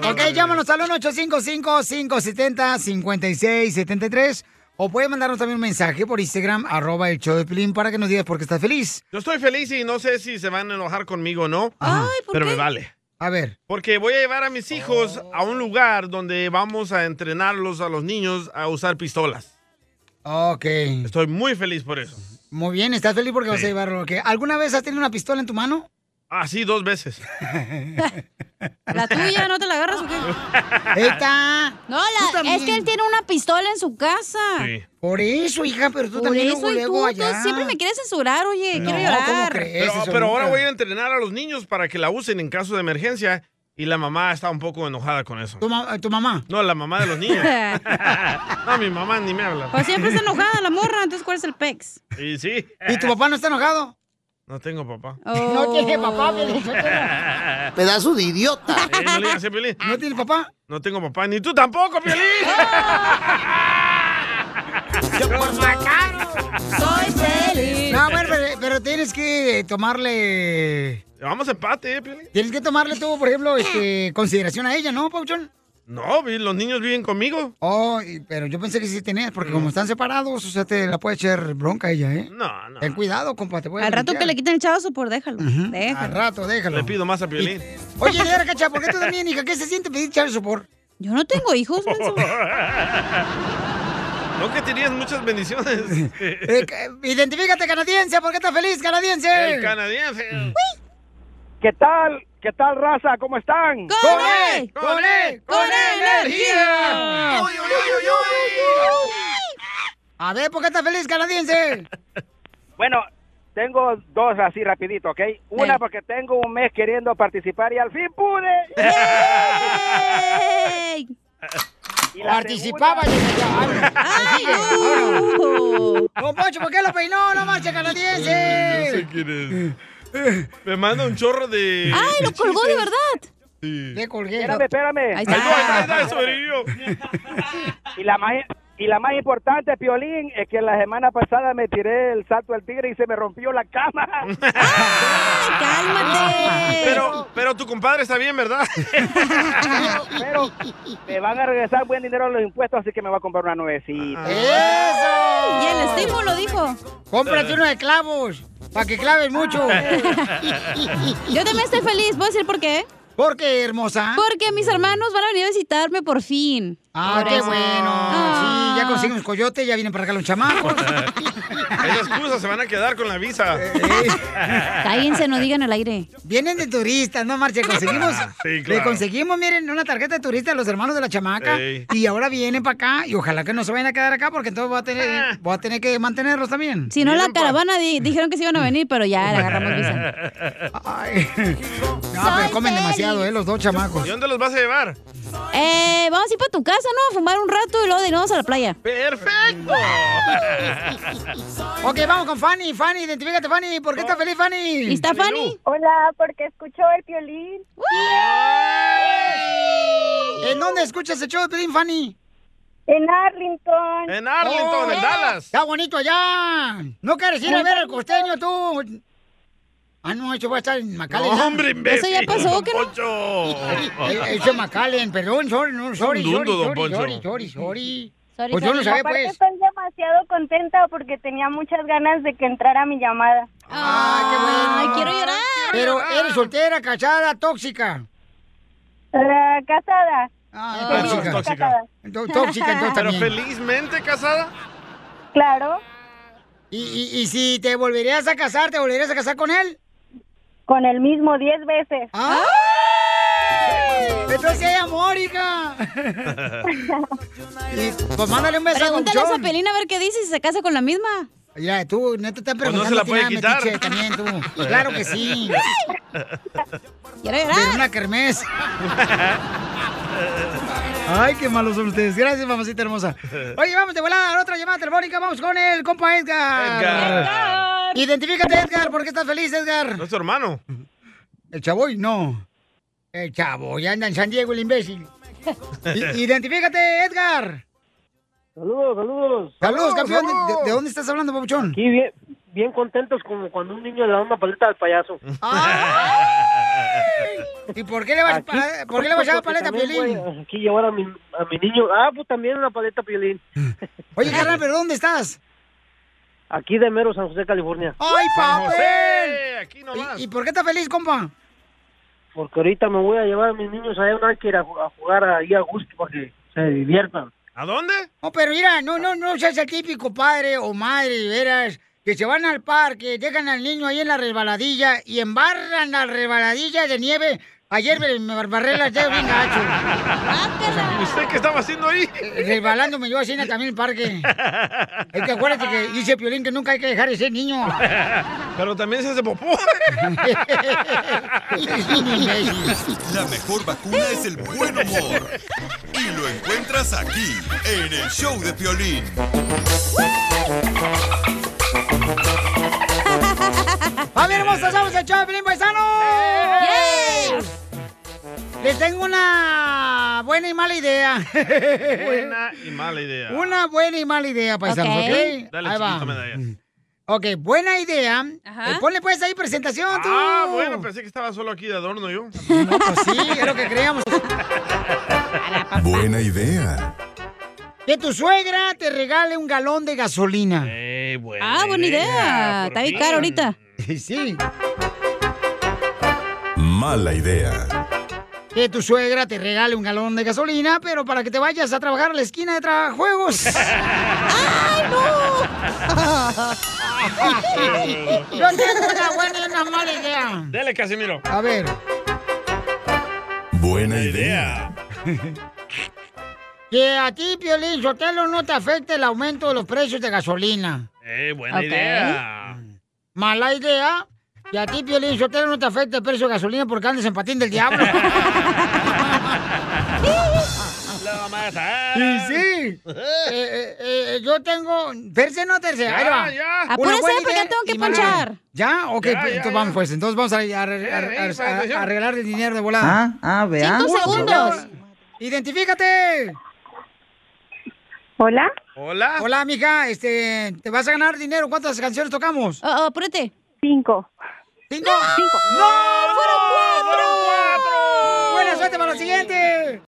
Speaker 1: Ok, llámanos al 1-855-570-5673. O puede mandarnos también un mensaje por Instagram, arroba el show de Pilín, para que nos digas por qué estás feliz.
Speaker 3: Yo estoy feliz y no sé si se van a enojar conmigo o no. Pero me vale.
Speaker 1: A ver.
Speaker 3: Porque voy a llevar a mis hijos a un lugar donde vamos a entrenarlos a los niños a usar pistolas.
Speaker 1: Ok.
Speaker 3: Estoy muy feliz por eso.
Speaker 1: Muy bien, ¿estás feliz porque vas a llevarlo? ¿ok? ¿Alguna vez has tenido una pistola en tu mano?
Speaker 3: Así Ah, dos veces.
Speaker 2: ¿La tuya no te la agarras o qué?
Speaker 1: Esta.
Speaker 2: No, la, es que él tiene una pistola en su casa.
Speaker 1: Por eso, hija, pero tú
Speaker 2: Por
Speaker 1: también
Speaker 2: eso,
Speaker 1: luego,
Speaker 2: y
Speaker 1: luego
Speaker 2: tú, tú
Speaker 1: allá.
Speaker 2: siempre me quieres censurar, oye, quiero llorar.
Speaker 3: Pero, pero ahora voy a entrenar a los niños para que la usen en caso de emergencia y la mamá está un poco enojada con eso.
Speaker 1: ¿Tu, mamá?
Speaker 3: No, la mamá de los niños. no, mi mamá ni me habla.
Speaker 2: Pues siempre está enojada la morra, entonces ¿cuál es el pex?
Speaker 3: Y sí.
Speaker 1: ¿Y tu papá no está enojado?
Speaker 3: No tengo papá.
Speaker 1: No tiene papá, Piolín.
Speaker 2: Oh.
Speaker 3: Pedazo de idiota. Eh, no, le digas a Piolín.
Speaker 1: ¿No tiene papá?
Speaker 3: No tengo papá, ni tú tampoco, Piolín.
Speaker 1: Soy
Speaker 3: feliz.
Speaker 1: No, bueno, pero, pero tienes que tomarle.
Speaker 3: Vamos a empate, ¿eh, Piolín?
Speaker 1: Tienes que tomarle tú, por ejemplo, este, consideración a ella, ¿no, Pauchón?
Speaker 3: No, vi- los niños viven conmigo.
Speaker 1: Oh, y- pero yo pensé que sí tenías, porque como están separados, o sea, te la puede echar bronca ella, ¿eh?
Speaker 3: No, no.
Speaker 1: Ten cuidado, compa, te puede
Speaker 2: Al rato
Speaker 1: bronquear.
Speaker 2: que le quiten el chavazo, por déjalo. déjalo.
Speaker 1: Al rato, déjalo.
Speaker 3: Le pido más a Piolín.
Speaker 1: Oye, de veras, Cacha, ¿por qué tú también, hija? ¿Qué se siente pedir chavo sopor?
Speaker 2: Yo no tengo hijos,
Speaker 3: No que tenías muchas bendiciones.
Speaker 1: Eh, Identifícate, canadiense, ¿por qué estás feliz, canadiense?
Speaker 3: El canadiense.
Speaker 33: ¿Qué tal? ¿Qué tal, raza? ¿Cómo están?
Speaker 1: ¡Con
Speaker 33: E!
Speaker 1: él! ¡Con él! ¡Con E!
Speaker 33: energía!
Speaker 1: ¡Uy, uy, uy, uy, uy! A ver, ¿por qué estás feliz, canadiense?
Speaker 33: Bueno, tengo dos así rapidito, ¿ok? Una porque tengo un mes queriendo participar y al fin pude.
Speaker 1: Participaba y ¡Ay, no! Don Poncho, ¿por qué lo peinó? ¡No marcha,
Speaker 3: No
Speaker 1: canadiense!
Speaker 3: sé quién es. Me manda un chorro de.
Speaker 1: ¡Ay, lo colgó de verdad!
Speaker 3: Sí.
Speaker 1: Le colgué.
Speaker 33: Espérame, espérame.
Speaker 1: Ahí está. Ahí va, ahí va,
Speaker 33: y la más y la más importante, Piolín, es que la semana pasada me tiré el salto al tigre y se me rompió la cama.
Speaker 2: ¡Cálmate!
Speaker 3: Pero, pero tu compadre está bien, ¿verdad?
Speaker 33: Pero me van a regresar buen dinero a los impuestos, así que me voy a comprar una nuevecita.
Speaker 1: ¡Eso!
Speaker 2: Y el estímulo dijo.
Speaker 1: Cómprate uno de clavos, para que claves mucho.
Speaker 2: Yo también estoy feliz, ¿puedo decir por qué?
Speaker 1: ¿Por qué, hermosa?
Speaker 2: Porque mis hermanos van a venir a visitarme por fin.
Speaker 1: Ah,
Speaker 2: Por
Speaker 1: qué
Speaker 2: eso.
Speaker 1: bueno.
Speaker 2: Ah.
Speaker 1: Sí, ya conseguimos coyote, ya vienen para acá los chamacos.
Speaker 3: Hay excusas, se van a quedar con la visa.
Speaker 2: Cállense, no digan al aire.
Speaker 1: Vienen de turistas, no marche, conseguimos.
Speaker 3: Ah, sí,
Speaker 1: Le
Speaker 3: claro.
Speaker 1: conseguimos, miren, una tarjeta de turista a los hermanos de la chamaca.
Speaker 3: Ey.
Speaker 1: Y ahora vienen para acá y ojalá que no se vayan a quedar acá porque entonces voy a tener, voy a tener que mantenerlos también.
Speaker 2: Si no, la caravana di- dijeron que se iban a venir, pero ya la agarramos visa.
Speaker 1: Ay. No, pero comen demasiado, ¿eh? Los dos chamacos.
Speaker 3: ¿Y dónde los vas a llevar?
Speaker 2: Eh, vamos a ir para tu casa, ¿no? A fumar un rato y luego de nuevo vamos a la playa.
Speaker 3: ¡Perfecto!
Speaker 1: Ok, Eh, vamos con Fanny. Fanny, identifícate, Fanny. ¿Por qué está feliz, Fanny?
Speaker 2: ¿Y está Fanny?
Speaker 11: Hola, porque escuchó el violín.
Speaker 1: ¿En dónde escuchas el show de Pelín, Fanny? ¡Oh!
Speaker 11: En Arlington.
Speaker 3: En Arlington, en Dallas.
Speaker 1: Está bonito allá. ¿No quieres ir a ver al costeño tú? Ah, no, eso va a estar en McAllen.
Speaker 3: No, hombre, imbécil.
Speaker 1: Eso ya pasó, ¿qué no?
Speaker 3: Poncho.
Speaker 1: Eh, Eso es McAllen, perdón, sorry, no, sorry,
Speaker 3: Un dundo,
Speaker 1: sorry,
Speaker 3: don
Speaker 1: sorry,
Speaker 3: Poncho.
Speaker 1: sorry, sorry, sorry. Pues yo no sabía,
Speaker 11: Aparte
Speaker 1: pues.
Speaker 11: estoy demasiado contenta porque tenía muchas ganas de que entrara mi llamada.
Speaker 1: Ah, qué bueno. Ay, quiero
Speaker 11: llorar.
Speaker 1: Pero eres soltera, casada, tóxica.
Speaker 11: Eh, casada.
Speaker 1: Ah,
Speaker 11: Feliz,
Speaker 1: tóxica.
Speaker 11: casada.
Speaker 1: Tó- Tóxica, entonces
Speaker 3: ¿Pero
Speaker 1: también.
Speaker 3: felizmente casada?
Speaker 11: Claro.
Speaker 1: ¿Y, y, y si te volverías a casar, te volverías a casar con él?
Speaker 11: Con el mismo, diez veces.
Speaker 1: ¡Ah! Entonces hay amor, hija. Y, pues mándale un beso a
Speaker 2: Pregúntale a
Speaker 1: Conchón.
Speaker 2: esa pelina a ver qué dice si se casa con la misma.
Speaker 1: Ya, tú, neta, te
Speaker 2: Pues no
Speaker 1: preguntando
Speaker 2: se la
Speaker 1: a ti
Speaker 2: puede
Speaker 1: nada,
Speaker 2: quitar.
Speaker 1: metiche, también tú. Claro que sí.
Speaker 2: Quiero
Speaker 1: De una kermés. Ay, qué malos son ustedes. Gracias, mamacita hermosa. Oye, vamos de volada a la otra llamada telefónica. Vamos con el compa Edgar.
Speaker 3: Edgar.
Speaker 1: Identifícate, Edgar. ¿Por qué estás feliz, Edgar? No es tu hermano. El chavoy, no. El chavo, ya anda en San Diego el imbécil. I- identifícate, Edgar.
Speaker 6: Saludos, saludos.
Speaker 1: Saludos, campeón. ¿De- de- de dónde estás hablando, papuchón?
Speaker 6: Aquí bien, bien contentos como cuando un niño le da una paleta al payaso.
Speaker 1: Ah. ¿Y por qué le vas, pa- por qué le vas a dar paleta a Piolín?
Speaker 6: Aquí llevar a mi, a mi niño. Ah, pues también una paleta a Piolín.
Speaker 1: Oye, carnal, ¿pero dónde estás?
Speaker 6: Aquí de mero San José, California.
Speaker 1: ¡Ay,
Speaker 6: San José,
Speaker 1: papel! ¿Y, y por qué estás feliz, compa?
Speaker 6: Porque ahorita me voy a llevar a mis niños allá a una que a jugar ahí a gusto para que se diviertan.
Speaker 1: ¿A dónde? No, pero mira, no, no, no seas el típico padre o madre, de veras, que se van al parque, dejan al niño ahí en la resbaladilla y embarran la resbaladilla de nieve. Ayer me, me barré las dedos bien gacho. ¿Usted qué estaba haciendo ahí? Resbalándome yo así en el- también en el parque. Es que acuérdate que dice Piolín que nunca hay que dejar ese niño.
Speaker 3: Pero también se hace popó.
Speaker 7: La mejor vacuna es el buen humor. Y lo encuentras aquí, en el show de Piolín.
Speaker 1: ¡Familia hermosa, somos el show de Piolín, Paisano! Les tengo una buena y mala idea.
Speaker 3: Buena y mala idea.
Speaker 1: Una buena y mala idea, paisanos, ¿ok?
Speaker 3: Dale,
Speaker 1: ahí
Speaker 3: chiquito
Speaker 1: va. Mm.
Speaker 3: medalla.
Speaker 1: Ok, buena idea.
Speaker 3: Ajá.
Speaker 1: Eh, ponle pues ahí presentación, tú.
Speaker 3: Ah, bueno, pensé que estaba solo aquí de adorno yo.
Speaker 1: No, pues sí, es lo que creíamos.
Speaker 7: Buena idea.
Speaker 1: Que tu suegra te regale un galón de gasolina.
Speaker 3: Eh,
Speaker 2: Ah, buena idea. Está bien caro ahorita.
Speaker 1: Sí.
Speaker 7: Mala idea.
Speaker 1: Que tu suegra te regale un galón de gasolina, pero para que te vayas a trabajar a la esquina de trabajuegos. ¡Ay, no! Yo tengo una buena y una mala idea.
Speaker 3: Dale, Casimiro.
Speaker 1: A ver.
Speaker 7: Buena idea.
Speaker 1: Que a ti, Piolín Sotelo, no te afecte el aumento de los precios de gasolina.
Speaker 3: Eh, buena
Speaker 1: Ok.
Speaker 6: Ah.
Speaker 3: idea.
Speaker 1: Mala idea. Que a ti, Piolín Sotelo, no te afecte el precio de gasolina porque andes en patín del diablo.
Speaker 3: Lo mataron.
Speaker 1: Y sí. Eh, eh, eh, yo tengo. Terce, no terce.
Speaker 3: Ya,
Speaker 1: Ahí va.
Speaker 3: ya.
Speaker 1: Una
Speaker 3: Apúrese,
Speaker 1: buena
Speaker 3: porque
Speaker 1: idea
Speaker 3: ya tengo que
Speaker 1: y mala idea.
Speaker 3: ponchar.
Speaker 1: ¿Ya? Ok,
Speaker 3: Ya,
Speaker 1: pues,
Speaker 3: ya,
Speaker 1: entonces
Speaker 3: ya.
Speaker 1: vamos pues. Entonces vamos a, a- a-
Speaker 3: eh,
Speaker 1: a- a-
Speaker 3: para atención.
Speaker 1: a arreglar el dinero de volada.
Speaker 34: Ah, ah, veamos.
Speaker 1: Cinco
Speaker 34: segundos.
Speaker 1: ¡Identifícate!
Speaker 34: ¿Hola?
Speaker 3: Hola.
Speaker 1: Hola, mija. Este, ¿te vas a ganar dinero? ¿Cuántas canciones tocamos?
Speaker 3: Oh,
Speaker 1: Ah, apúrate.
Speaker 11: Cinco.
Speaker 1: ¿Cinco? ¡No! ¡No! ¡Fueron cuatro! ¡Buena suerte para la siguiente!